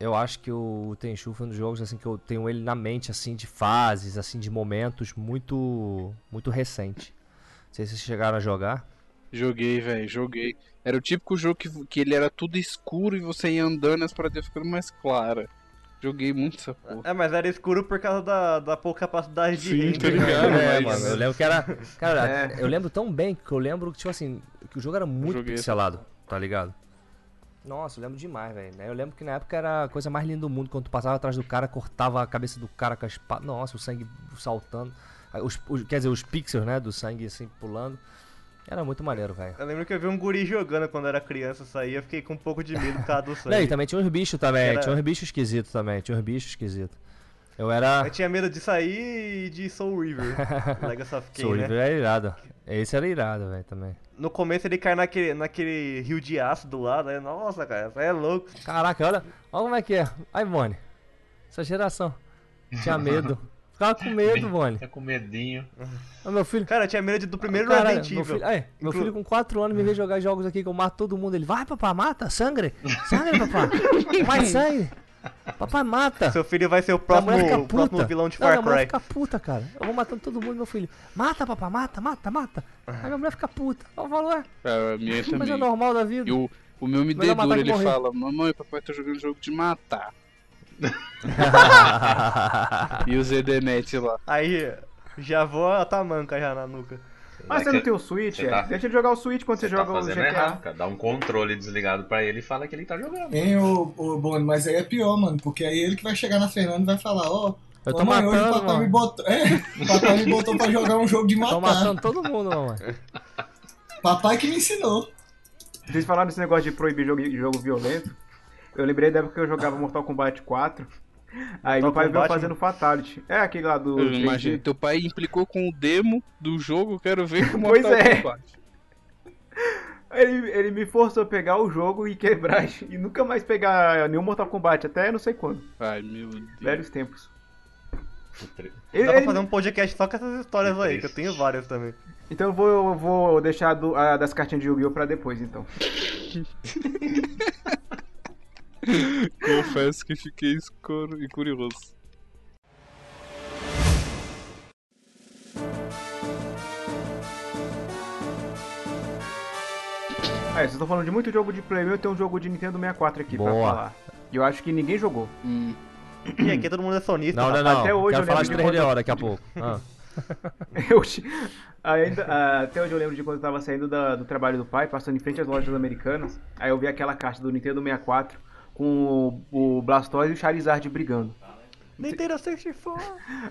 Speaker 6: eu acho que o Tenchu foi um dos jogos assim que eu tenho ele na mente assim de fases, assim de momentos muito muito recente. Não sei se vocês chegaram a jogar.
Speaker 2: Joguei, velho, joguei. Era o típico jogo que, que ele era tudo escuro e você ia andando e as paradas ficando mais claras. Joguei muito essa porra.
Speaker 3: É, mas era escuro por causa da, da pouca capacidade de
Speaker 2: Sim,
Speaker 3: render,
Speaker 2: tô
Speaker 3: né?
Speaker 2: ligado,
Speaker 6: é,
Speaker 2: mas-
Speaker 6: mano, eu lembro que era, cara,
Speaker 1: É.
Speaker 6: eu lembro tão bem que eu lembro que tipo assim, que o jogo era muito
Speaker 2: joguei essa
Speaker 6: pixelado, tá ligado? Nossa, eu lembro demais, velho. né? Eu lembro que na época era a coisa mais linda do mundo. Quando tu passava atrás do cara, cortava a cabeça do cara com a espada. Nossa, o sangue saltando. Ah, os- os- quer dizer, os pixels, né? Do sangue assim pulando. Era muito maneiro, velho.
Speaker 3: Eu lembro que eu vi um guri jogando quando era criança isso aí, eu fiquei com um pouco de medo por causa do sangue.
Speaker 6: Não, e também tinha uns bichos também,
Speaker 3: Era-
Speaker 6: tinha uns bichos esquisitos também, tinha uns bichos esquisitos. Eu era.
Speaker 3: Eu tinha medo de sair e de Soul River. Legacy of Kain,
Speaker 6: Soul
Speaker 3: né?
Speaker 6: River era irado. Esse era irado, velho, também.
Speaker 3: No começo ele cai naquele, naquele rio de aço do lado, aí, nossa, cara, isso aí é louco.
Speaker 6: Caraca, olha, olha como é que é. Aí, Bonnie. Essa geração. Tinha medo. Ficava com medo, Bonnie.
Speaker 5: tá com medinho.
Speaker 6: Ô, meu filho.
Speaker 3: Cara, eu tinha medo de- do primeiro
Speaker 6: Caralho,
Speaker 3: Resident
Speaker 6: meu
Speaker 3: Evil.
Speaker 6: filho, aí, meu
Speaker 3: é Inclu-
Speaker 6: filho com 4 anos me vê jogar jogos aqui que eu mato todo mundo. Ele, vai, papá, mata, sangre. Sangre, papá. Vai, sangre. Papai mata.
Speaker 3: Seu filho vai ser o
Speaker 6: Minha
Speaker 3: próximo,
Speaker 6: mulher fica
Speaker 3: o próximo
Speaker 6: puta.
Speaker 3: vilão de
Speaker 6: Não,
Speaker 3: Far
Speaker 6: minha mulher
Speaker 3: Cry.
Speaker 6: fica puta, cara. Eu vou matando todo mundo, meu filho. Mata, papá, mata, mata, mata. Aí minha mulher fica puta. Eu falo, ué,
Speaker 2: Ah, a minha
Speaker 6: mas é
Speaker 2: também.
Speaker 6: normal da vida.
Speaker 2: E o, o meu me
Speaker 6: Melhor matar
Speaker 2: dedura,
Speaker 6: que
Speaker 2: ele
Speaker 6: morrer.
Speaker 2: fala, mamãe, papai tá jogando jogo de matar. E o ZDNet lá.
Speaker 3: Aí, já vou a tamanca já na nuca.
Speaker 1: Mas você não tem o Switch,
Speaker 5: Você
Speaker 1: é?
Speaker 5: tá-
Speaker 1: Deixa ele jogar o Switch quando você,
Speaker 5: tá
Speaker 1: joga o
Speaker 5: fazendo
Speaker 1: GTA.
Speaker 5: errado, cara. Dá um controle desligado pra ele e fala que ele tá jogando.
Speaker 4: Hein, ô, ô Boni, mas aí é pior, mano, porque aí ele que vai chegar na Fernanda e vai falar, ó.
Speaker 6: Eu
Speaker 4: ô,
Speaker 6: tô
Speaker 4: mãe, hoje o
Speaker 6: matando,
Speaker 4: papai
Speaker 6: mano.
Speaker 4: me botou. É, o papai me botou pra jogar um jogo de
Speaker 6: Tô
Speaker 4: matar.
Speaker 6: matando todo mundo, mamãe.
Speaker 4: Papai que me ensinou.
Speaker 1: Vocês falaram desse negócio de proibir jogo, jogo violento. Eu lembrei da época que eu jogava Mortal Kombat 4. Aí meu
Speaker 3: Mortal
Speaker 1: pai veio
Speaker 3: Kombat,
Speaker 1: fazendo Fatality. É aquele lá do.
Speaker 2: Eu
Speaker 1: 3D.
Speaker 2: imagino, teu pai implicou com o demo do jogo, eu quero ver como tá
Speaker 1: Pois é.
Speaker 2: Kombat.
Speaker 1: Ele, ele me forçou a pegar o jogo e quebrar e nunca mais pegar nenhum Mortal Kombat, até não sei quando.
Speaker 2: Ai, meu Deus.
Speaker 1: Velhos tempos. Ele-
Speaker 3: Dá pra
Speaker 1: ele-
Speaker 3: fazer um podcast só com essas histórias aí, que eu tenho várias também.
Speaker 1: Então eu vou, eu vou deixar do- a das cartinhas de Yu-Gi-Oh! pra depois, então.
Speaker 2: Confesso que fiquei escuro e curioso.
Speaker 1: Ah, vocês estão falando de muito jogo de Play meu, tem um jogo de Nintendo 64 aqui pra
Speaker 6: Boa.
Speaker 1: falar. E eu acho que ninguém jogou.
Speaker 3: E aqui todo mundo é sonista.
Speaker 6: Não, não, não.
Speaker 1: Até hoje eu
Speaker 6: Quero falar de
Speaker 1: lembro de
Speaker 6: 3 d
Speaker 1: quando-
Speaker 6: daqui a pouco. Ah,
Speaker 1: Eu che- ainda, ah, até onde eu lembro de quando eu tava saindo da- do trabalho do pai, passando em frente às lojas americanas, aí eu vi aquela caixa do Nintendo 64 com o, o Blastoise e o Charizard brigando.
Speaker 3: Nintendo 64.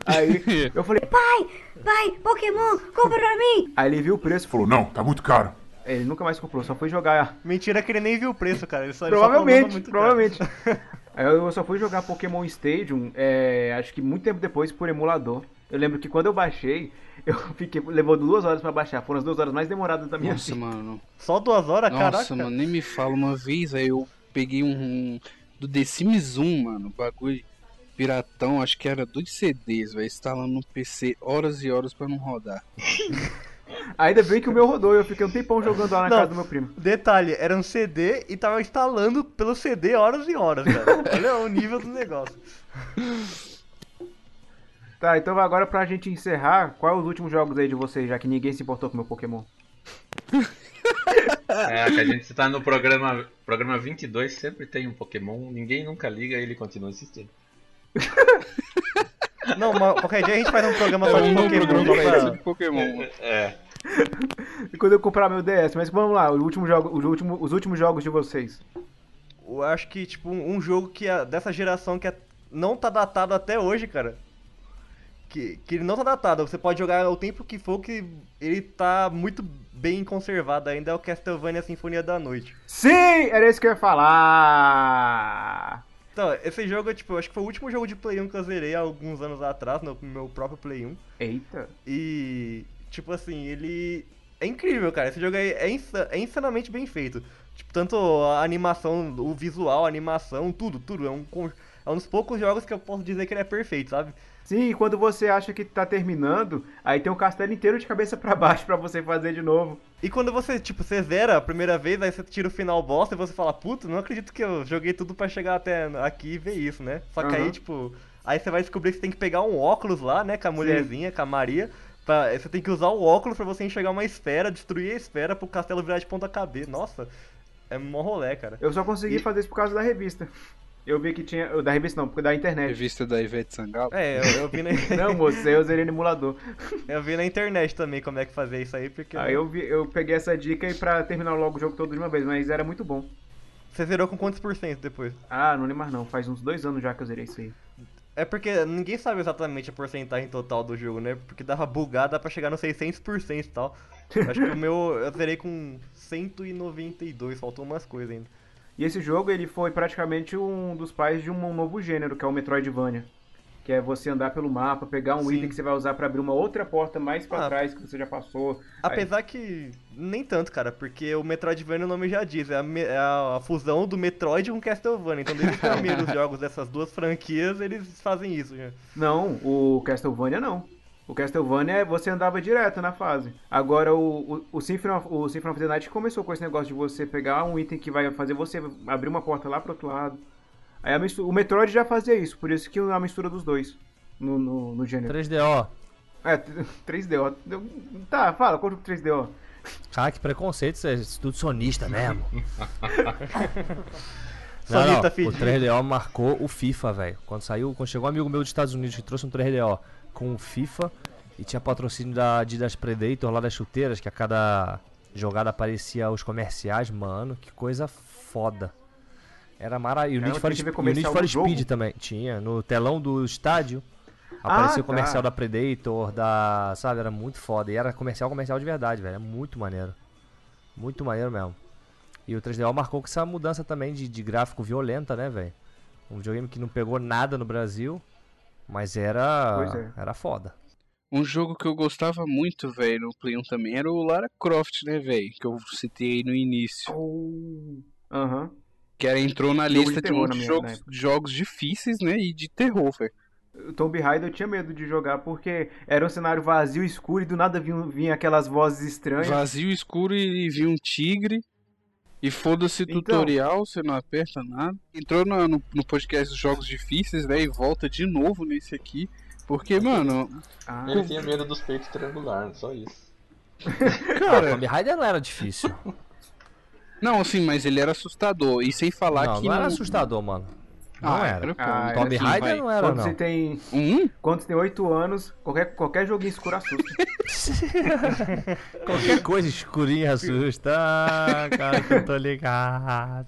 Speaker 1: Aí eu falei,
Speaker 11: Pai, pai, Pokémon, compra pra mim!
Speaker 1: aí ele viu o preço, falou,
Speaker 7: Falou, não, tá muito caro.
Speaker 1: ele nunca mais comprou, só foi jogar.
Speaker 3: Mentira que ele nem viu o preço, cara. Ele só, ele só falou, "Não,
Speaker 1: Provavelmente,
Speaker 3: muito caro."
Speaker 1: provavelmente. Aí eu só fui jogar Pokémon Stadium, é, acho que muito tempo depois, por emulador. Eu lembro que quando eu baixei, eu fiquei. Levou duas horas pra baixar. Foram as duas horas mais demoradas da minha
Speaker 2: Nossa,
Speaker 1: vida.
Speaker 2: mano.
Speaker 3: Só duas horas,
Speaker 2: Nossa,
Speaker 3: Ah, caraca.
Speaker 2: mano, nem me fala uma vez, aí eu peguei um, um do The Sims 1, mano, um bagulho piratão, acho que era dois CDs, velho, instalando no PC horas e horas pra não rodar.
Speaker 1: Ainda bem que o meu rodou, eu fiquei um tempão jogando lá na
Speaker 3: Não.
Speaker 1: casa do meu primo.
Speaker 3: Detalhe, era um CD e tava instalando pelo CD horas e horas, cara. Olha o nível do negócio.
Speaker 1: Tá, então agora pra gente encerrar, quais os últimos jogos aí de vocês, já que ninguém se importou com o meu Pokémon?
Speaker 5: É, que a gente tá no programa, programa 22, sempre tem um Pokémon, ninguém nunca liga e ele continua existindo.
Speaker 3: Não, mas qualquer dia a gente faz um programa só de
Speaker 2: um
Speaker 3: Pokémon.
Speaker 2: programa
Speaker 3: só
Speaker 2: só
Speaker 3: pra-
Speaker 2: de Pokémon, mano.
Speaker 5: É,
Speaker 1: E quando eu comprar meu DS, mas vamos lá, o último jogo, o último- os últimos jogos de vocês.
Speaker 3: Eu acho que, tipo, um jogo que é dessa geração que é- não tá datado até hoje, cara. Que, que ele não tá datado, você pode jogar o tempo que for, que ele tá muito bem conservado ainda, é o Castlevania Sinfonia da Noite.
Speaker 1: Sim, era isso que eu ia falar!
Speaker 3: Então, esse jogo, tipo, eu acho que foi o último jogo de Play 1 que eu zerei há alguns anos atrás, no meu próprio Play 1.
Speaker 1: Eita.
Speaker 3: E, tipo assim, ele é incrível, cara. Esse jogo aí é, insa- é insanamente bem feito. Tipo, tanto a animação, o visual, a animação, tudo, tudo. É um, con- é um dos poucos jogos que eu posso dizer que ele é perfeito, sabe?
Speaker 1: Sim, e quando você acha que tá terminando, aí tem um castelo inteiro de cabeça pra baixo pra você fazer de novo.
Speaker 3: E quando você, tipo, você zera a primeira vez, aí você tira o final bosta e você fala, puto, não acredito que eu joguei tudo pra chegar até aqui e ver isso, né? Só que
Speaker 1: Aham.
Speaker 3: aí, tipo, aí você vai descobrir que você tem que pegar um óculos lá, né, com a mulherzinha, com a Maria. Pra, você tem que usar o óculos pra você enxergar uma esfera, destruir a esfera pro castelo virar de ponta cabeça. Nossa, é mó rolê, cara.
Speaker 1: Eu só consegui fazer isso por causa da revista. Eu vi que tinha. Da revista não, porque da internet.
Speaker 2: É. Revista da Ivete Sangalo.
Speaker 3: É, eu, eu vi na,
Speaker 1: Não, moço, eu zerei no emulador.
Speaker 3: eu vi na internet também como é que fazer isso aí, porque.
Speaker 1: Aí eu, vi, eu peguei essa dica e pra terminar logo o jogo todo de uma vez, mas era muito bom.
Speaker 3: Você zerou com quantos por cento depois?
Speaker 1: Ah, não lembro mais não. Faz uns dois anos já que eu zerei isso aí.
Speaker 3: É porque ninguém sabe exatamente a porcentagem total do jogo, né? Porque dava bugada pra chegar no 600% e tal. Acho que o meu eu zerei com 192, faltou umas coisas ainda.
Speaker 1: E esse jogo, ele foi praticamente um dos pais de um novo gênero, que é o Metroidvania. Que é você andar pelo mapa, pegar um
Speaker 3: Sim.
Speaker 1: item que você vai usar pra abrir uma outra porta mais pra
Speaker 3: Ah.
Speaker 1: trás que você já passou.
Speaker 3: Apesar que nem tanto, cara, porque o Metroidvania o nome já diz, é a, me- é a fusão do Metroid com Castlevania. Então desde os primeiros jogos dessas duas franquias, eles fazem isso né? já.
Speaker 1: Não, o Castlevania não. O Castlevania é você andava direto na fase. Agora o, o, o, Symphony of, o Symphony of the Night começou com esse negócio de você pegar um item que vai fazer você abrir uma porta lá pro outro lado. Aí a mistu- o Metroid já fazia isso, por isso que é uma mistura dos dois no, no, no gênero.
Speaker 6: 3DO.
Speaker 1: É, 3DO. Tá, fala, conta o 3DO.
Speaker 6: Cara, que preconceito, você é tudo sonista mesmo. Não, não,
Speaker 3: Sonista,
Speaker 6: o
Speaker 3: filho.
Speaker 6: 3DO marcou o FIFA, velho. Quando saiu, quando chegou um amigo meu dos Estados Unidos que trouxe um 3DO com o FIFA e tinha patrocínio da Adidas Predator lá das chuteiras, que a cada jogada aparecia os comerciais, mano, que coisa foda. Era maravilhoso. E
Speaker 1: Caramba,
Speaker 6: o Need for,
Speaker 1: tinha que ver
Speaker 6: Sp- e o Need
Speaker 1: comercial
Speaker 6: for
Speaker 1: no jogo?
Speaker 6: Speed também. Tinha. No telão do estádio
Speaker 1: Ah,
Speaker 6: aparecia o
Speaker 1: tá.
Speaker 6: comercial da Predator, da. Sabe, era muito foda. E era comercial, comercial de verdade, velho. É muito maneiro. Muito maneiro mesmo. E o 3DO marcou com essa mudança também de, de gráfico violenta, né, velho? Um videogame que não pegou nada no Brasil, mas era,
Speaker 1: Pois é.
Speaker 6: era foda.
Speaker 2: Um jogo que eu gostava muito, velho, no Play 1 também, era o Lara Croft, né, velho? Que eu citei aí no início.
Speaker 6: Oh.
Speaker 1: Aham.
Speaker 2: Que era, entrou na
Speaker 1: Jogo de
Speaker 2: lista de,
Speaker 1: terror
Speaker 2: um
Speaker 1: na
Speaker 2: dos
Speaker 1: minha- na
Speaker 2: jogos, jogos difíceis, né? E de terror, velho.
Speaker 1: O Tomb Raider eu tinha medo de jogar porque era um cenário vazio, escuro e do nada vinha, vinha aquelas vozes estranhas.
Speaker 2: Vazio, escuro e vi um tigre. E foda-se
Speaker 1: Então.
Speaker 2: tutorial, você não aperta nada. Entrou na- no, no podcast dos Jogos Difíceis, velho, e volta de novo nesse aqui. Porque, mano,
Speaker 1: Ah,
Speaker 2: Ele
Speaker 5: Ele tinha medo dos peitos triangulares, só isso.
Speaker 6: Cara, Ah, Tomb Raider não era difícil.
Speaker 2: não, assim, mas ele era assustador. E sem falar
Speaker 6: não,
Speaker 2: que.
Speaker 6: não era
Speaker 2: no-
Speaker 6: assustador, mano.
Speaker 2: Ah,
Speaker 6: Não era.
Speaker 2: pô,
Speaker 1: Ah, era
Speaker 6: Tomb
Speaker 2: assim,
Speaker 6: Raider
Speaker 2: vai.
Speaker 6: não era,
Speaker 1: quando,
Speaker 6: não.
Speaker 1: você tem,
Speaker 2: Um?
Speaker 1: quando você tem 8 anos, qualquer, qualquer joguinho escuro assusta.
Speaker 6: Qualquer coisa escurinha assusta. Ah, Cara, que eu tô ligado.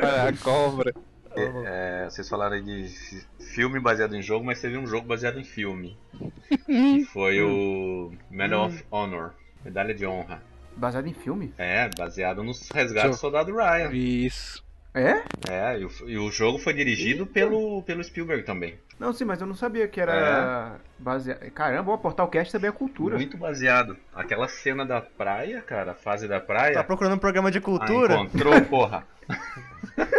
Speaker 2: Cara, a cobra.
Speaker 5: É, vocês falaram aí de fi- filme baseado em jogo, mas teve um jogo baseado em filme. que foi o Medal of Honor. Medalha de honra.
Speaker 1: Baseado em filme?
Speaker 5: É, baseado nos resgates do
Speaker 2: Sure.
Speaker 5: soldado Ryan.
Speaker 2: Isso.
Speaker 1: É?
Speaker 5: É, e o, e o jogo foi dirigido pelo, pelo Spielberg também.
Speaker 1: Não, sim, mas eu não sabia que era
Speaker 3: É.
Speaker 1: baseado. Caramba, o Portal Cast também é cultura.
Speaker 5: Muito baseado. Aquela cena da praia, cara, a fase da praia.
Speaker 3: Tá procurando um programa de
Speaker 5: É. Ah,
Speaker 3: cultura?
Speaker 5: encontrou, porra.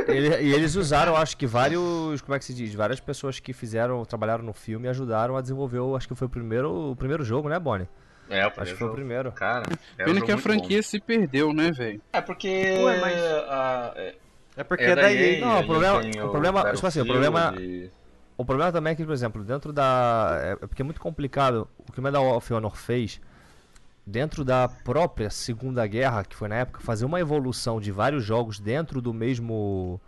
Speaker 6: Ele- e eles usaram, acho que vários. Como é que se diz? Várias pessoas que fizeram, trabalharam no filme e ajudaram a desenvolver. o- Acho que foi o primeiro, o primeiro jogo, né, Bonnie?
Speaker 5: É, o
Speaker 6: Acho que foi o
Speaker 5: primeiro.
Speaker 6: primeiro.
Speaker 5: Cara, é um
Speaker 2: Pena
Speaker 5: jogo
Speaker 2: que a
Speaker 5: muito
Speaker 2: franquia se perdeu, né, velho?
Speaker 5: bom. É porque.
Speaker 1: Ué, mas-
Speaker 5: a- é,
Speaker 3: É porque
Speaker 5: é
Speaker 3: é da EA.
Speaker 6: Não, o
Speaker 5: aí
Speaker 6: problema-
Speaker 5: tem
Speaker 6: o problema- tipo assim, o problema-
Speaker 5: Battlefield,
Speaker 6: O problema também é que, por exemplo, dentro da. É é porque é muito complicado. O que o Medal of Honor fez, dentro da própria Segunda Guerra, que foi na época, fazer uma evolução de vários jogos dentro do mesmo.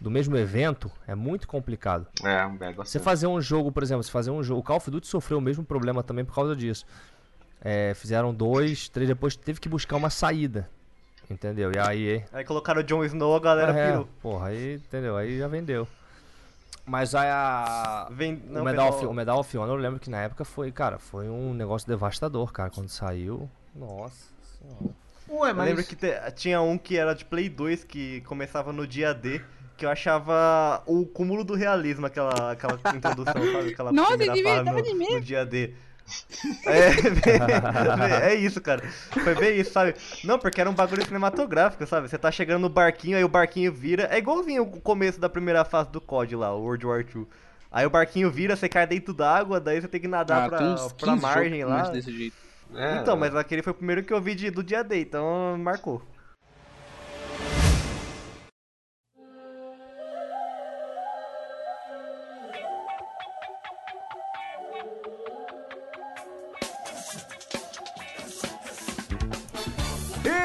Speaker 6: do mesmo evento, é muito complicado.
Speaker 5: É, um belo
Speaker 6: Você
Speaker 5: assunto.
Speaker 6: fazer um jogo, por exemplo, você fazer um jogo. O Call of Duty sofreu o mesmo problema também por causa disso. É, fizeram dois, três, depois teve que buscar uma saída. Entendeu? E aí
Speaker 3: Aí é colocaram o Jon Snow, a galera
Speaker 6: é,
Speaker 3: pirou.
Speaker 6: Porra, aí, entendeu? Aí já vendeu. Mas aí a.
Speaker 3: Vem, não,
Speaker 6: o, Medal of,
Speaker 3: pessoal,
Speaker 6: o Medal of Honor, eu lembro que na época foi, cara, foi um negócio devastador, cara, quando saiu. Nossa senhora.
Speaker 1: Ué,
Speaker 3: Eu lembro que te- tinha um que era de Play 2 que começava no dia D, que eu achava o cúmulo do realismo, aquela, aquela introdução, sabe? Aquela
Speaker 2: Nossa,
Speaker 3: primeira
Speaker 2: de
Speaker 3: barra no,
Speaker 2: verdade mesmo.
Speaker 3: no dia D. É, bem- é isso, cara. Foi bem isso, sabe? Não, porque era um bagulho cinematográfico, sabe? Você tá chegando no barquinho, aí o barquinho vira. É igualzinho o começo da primeira fase do COD lá, o World War II. Aí o barquinho vira, você cai dentro d'água, daí você tem que nadar
Speaker 2: Ah,
Speaker 3: pra,
Speaker 2: tem uns 15
Speaker 3: pra margem
Speaker 2: jogos mais
Speaker 3: lá.
Speaker 2: desse jeito.
Speaker 5: É,
Speaker 3: Então, mas aquele foi o primeiro que eu vi de- do dia D, então marcou.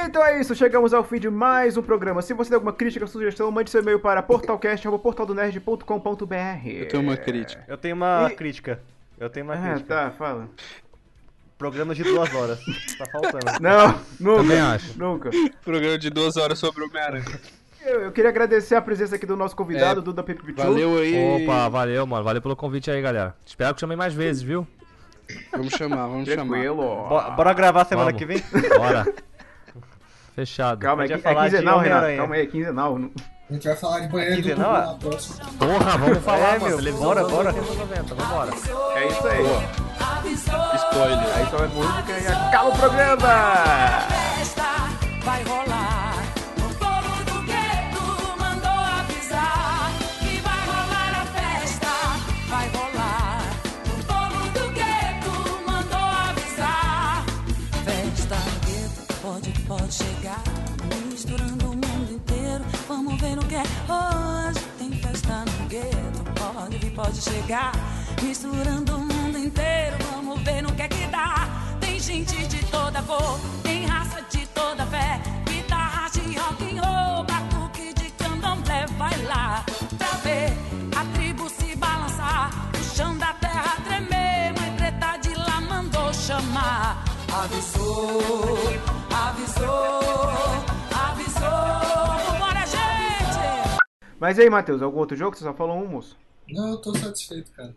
Speaker 1: Então é isso, chegamos ao fim de mais um programa. Se você tem alguma crítica, sugestão, mande seu e-mail para
Speaker 2: Eu
Speaker 1: portalcast.portaldonerd.com.br.
Speaker 2: tenho uma crítica.
Speaker 3: Eu tenho uma
Speaker 1: E-
Speaker 3: crítica. Eu tenho uma
Speaker 1: Ah,
Speaker 3: crítica.
Speaker 1: tá, fala.
Speaker 3: Programa de duas horas. tá faltando.
Speaker 1: Não, nunca.
Speaker 6: Também acho.
Speaker 1: Nunca.
Speaker 2: Programa de duas horas sobre o Homem-Aranha.
Speaker 1: Eu, eu queria agradecer a presença aqui do nosso convidado,
Speaker 2: É,
Speaker 1: Duda Pepichu.
Speaker 2: Valeu aí.
Speaker 6: Opa, valeu, mano. Valeu pelo convite aí, galera. Espero que chamei mais vezes, viu?
Speaker 2: Vamos chamar, vamos chamar.
Speaker 1: Tranquilo.
Speaker 3: Bo- Bora gravar semana
Speaker 6: Vamos.
Speaker 3: que vem?
Speaker 6: Bora. Fechado.
Speaker 1: Calma, aí,
Speaker 3: Podia
Speaker 1: é
Speaker 3: falar de
Speaker 1: quinzenal, Renato.
Speaker 3: Homem-Aranha.
Speaker 1: Calma aí, é quinzenal.
Speaker 4: A gente vai falar de banheiro do
Speaker 3: Aqui,
Speaker 4: Gugu
Speaker 3: não,
Speaker 4: na próxima.
Speaker 6: Porra, vamos falar,
Speaker 3: É,
Speaker 6: mano.
Speaker 3: meu,
Speaker 6: Televisão
Speaker 3: bora,
Speaker 6: dos
Speaker 3: bora.
Speaker 6: 80, 90, vambora.
Speaker 1: É isso aí.
Speaker 2: Spoiler.
Speaker 1: Aí só é música e acaba o programa.
Speaker 10: vai rolar. O povo do gueto mandou avisar que vai rolar a festa, vai rolar. O povo do gueto mandou avisar. Festa gueto, pode, pode chegar. Misturando o mundo inteiro, vamos ver no que é. Hoje tem festa no gueto, pode vir, pode chegar. Misturando o mundo inteiro, vamos ver no que é que dá. Tem gente de toda cor, tem raça de toda fé. Guitarra de rock and roll, batuque de candomblé. Vai lá pra ver a tribo se balançar, o chão da terra tremer. Mãe preta de lá mandou chamar. Avisou, avisou, avisou. Vambora, gente!
Speaker 1: Mas e aí, Matheus, algum outro jogo? Você só falou um, moço.
Speaker 4: Não, eu tô satisfeito, cara.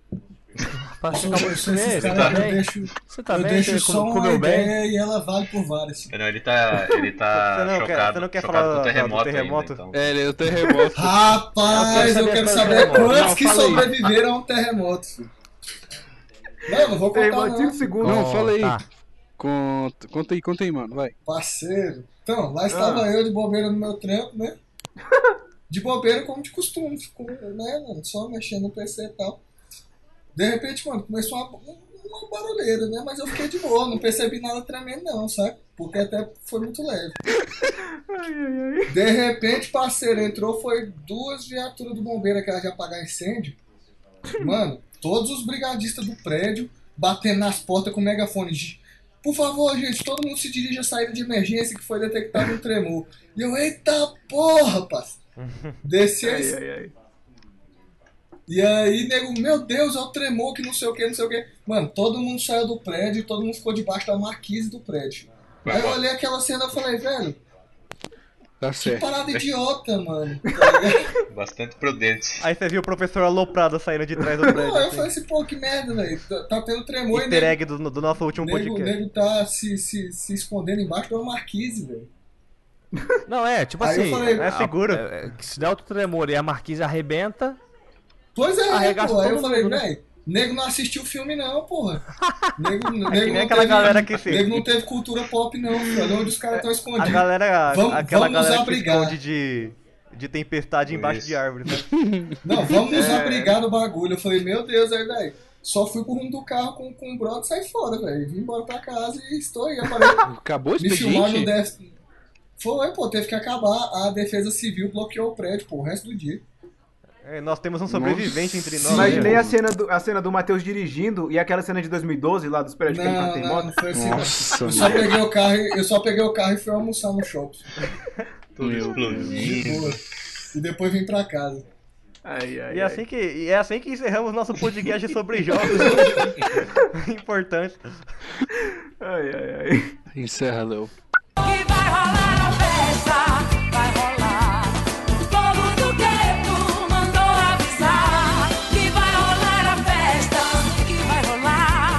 Speaker 6: Pra
Speaker 4: Isso,
Speaker 6: ficar muito
Speaker 4: isso,
Speaker 6: tá com
Speaker 4: esses
Speaker 6: ele. Você
Speaker 4: caras
Speaker 6: tá
Speaker 4: eu
Speaker 6: bem?
Speaker 4: deixo-
Speaker 6: Você tá
Speaker 4: eu
Speaker 6: bem?
Speaker 4: deixo
Speaker 6: Você
Speaker 4: só
Speaker 6: com-
Speaker 4: uma
Speaker 6: comeu bem?
Speaker 4: ideia e ela vale por várias.
Speaker 5: Não, ele tá. Ele tá
Speaker 3: Você não quer-
Speaker 5: chocado,
Speaker 3: você não quer
Speaker 5: chocado
Speaker 3: falar
Speaker 5: com o
Speaker 3: do
Speaker 5: terremoto,
Speaker 3: terremoto?
Speaker 5: ainda, então.
Speaker 2: É, ele é o terremoto.
Speaker 4: Rapaz, eu quero saber
Speaker 6: é
Speaker 4: quantos que sobreviveram a um terremoto. filho. Não, não vou contar um
Speaker 1: Terremoto,
Speaker 4: não.
Speaker 1: cinco segundos.
Speaker 2: Não, fala aí.
Speaker 6: tá.
Speaker 2: Conta, conta aí, conta aí, mano, vai.
Speaker 4: Parceiro. Então, lá estava eu de bobeira no meu trampo, né? De bobeira como de costume, fico, né, mano? Só mexendo no PC e tal. De repente, mano, começou uma, um, uma barulheira, né? Mas eu fiquei de boa, não percebi nada tremendo não, sabe? Porque até foi muito leve. De repente, parceiro, entrou, foi duas viaturas do bombeiro que era de apagar incêndio. Mano, todos os brigadistas do prédio batendo nas portas com megafone. Gi- Por favor, gente, todo mundo se dirige à saída de emergência que foi detectado um tremor. E eu, eita porra, parceiro. Desci a
Speaker 1: Ai, ai, ai.
Speaker 4: e aí, nego, meu Deus, é o tremor que não sei o que, não sei o que. Mano, todo mundo saiu do prédio, todo mundo ficou debaixo da marquise do prédio. Aí eu olhei aquela cena e falei, velho,
Speaker 2: Tá
Speaker 4: que
Speaker 2: certo.
Speaker 4: parada idiota, mano.
Speaker 3: É,
Speaker 4: Tá ligado?
Speaker 5: então. Bastante prudente.
Speaker 3: Aí você viu o professor aloprado saindo de trás do prédio.
Speaker 4: Não, eu
Speaker 3: Assim.
Speaker 4: falei assim, pô, que merda, velho. Tá- Tá tendo tremor e
Speaker 3: Easter
Speaker 4: nego,
Speaker 3: egg do, do nosso último
Speaker 4: nego,
Speaker 3: um podcast.
Speaker 4: nego tá se, se, se escondendo embaixo de uma marquise, velho.
Speaker 6: Não, é, tipo
Speaker 4: Aí eu
Speaker 6: assim.
Speaker 4: falei,
Speaker 3: É seguro.
Speaker 6: é, que se der outro tremor e a marquise arrebenta,
Speaker 4: Pois é, né,
Speaker 6: Arregaça
Speaker 4: pô. Aí
Speaker 6: todo
Speaker 4: eu falei,
Speaker 6: mundo, né?
Speaker 4: velho, nego não assistiu o filme não, porra. Nego, nego,
Speaker 3: É que
Speaker 4: não
Speaker 3: nem aquela
Speaker 4: teve,
Speaker 3: galera que fez. É,
Speaker 4: nego não teve cultura pop não, velho. Olha Onde os caras estão
Speaker 3: A
Speaker 4: escondidos.
Speaker 3: galera.
Speaker 4: Vamos-
Speaker 3: aquela
Speaker 4: vamos
Speaker 3: galera que
Speaker 4: abrigar.
Speaker 3: esconde de. De tempestade embaixo
Speaker 5: Isso.
Speaker 3: de árvore, né?
Speaker 4: Não, vamos nos abrigar no bagulho. Eu falei, meu Deus, aí, velho. Só fui pro rumo do carro com, com o brother e saí fora, velho. Vim embora pra casa e estou aí. Apareceu.
Speaker 2: Acabou o
Speaker 4: Me filmaram no
Speaker 2: expediente?
Speaker 4: DF. Foi, pô, teve que acabar. A defesa civil bloqueou o prédio, pô, o resto do dia.
Speaker 3: É, nós temos um sobrevivente entre nós.
Speaker 1: Imaginei
Speaker 3: né?
Speaker 1: a cena do, a cena do Matheus dirigindo e aquela cena de 2012 lá dos prédios caindo pra
Speaker 4: Não, não,
Speaker 1: terremoto.
Speaker 4: não foi assim. não.
Speaker 2: Nossa,
Speaker 4: Eu só
Speaker 2: mano.
Speaker 4: peguei o carro, e- eu só peguei o carro e fui almoçar no shopping.
Speaker 5: Tudo explodindo.
Speaker 4: De boa. E depois vim pra casa.
Speaker 1: Ai, ai,
Speaker 3: E
Speaker 1: ai.
Speaker 3: é assim que, e é assim que encerramos nosso podcast sobre jogos. Importante.
Speaker 1: Ai, ai, ai.
Speaker 2: Encerra, Léo.
Speaker 10: Que vai rolar na festa, vai rolar. O povo do gueto mandou avisar. Que vai rolar a festa, que vai rolar.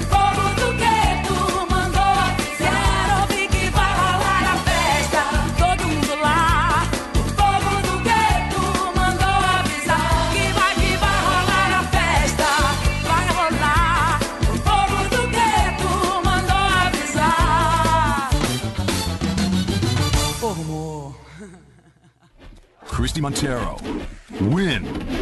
Speaker 10: O povo do gueto mandou avisar. Ouvi que vai rolar a festa, todo mundo lá. O povo do gueto mandou avisar. Que vai, que vai rolar a festa, vai rolar. O povo do gueto mandou avisar.
Speaker 12: Christy Montero. Win.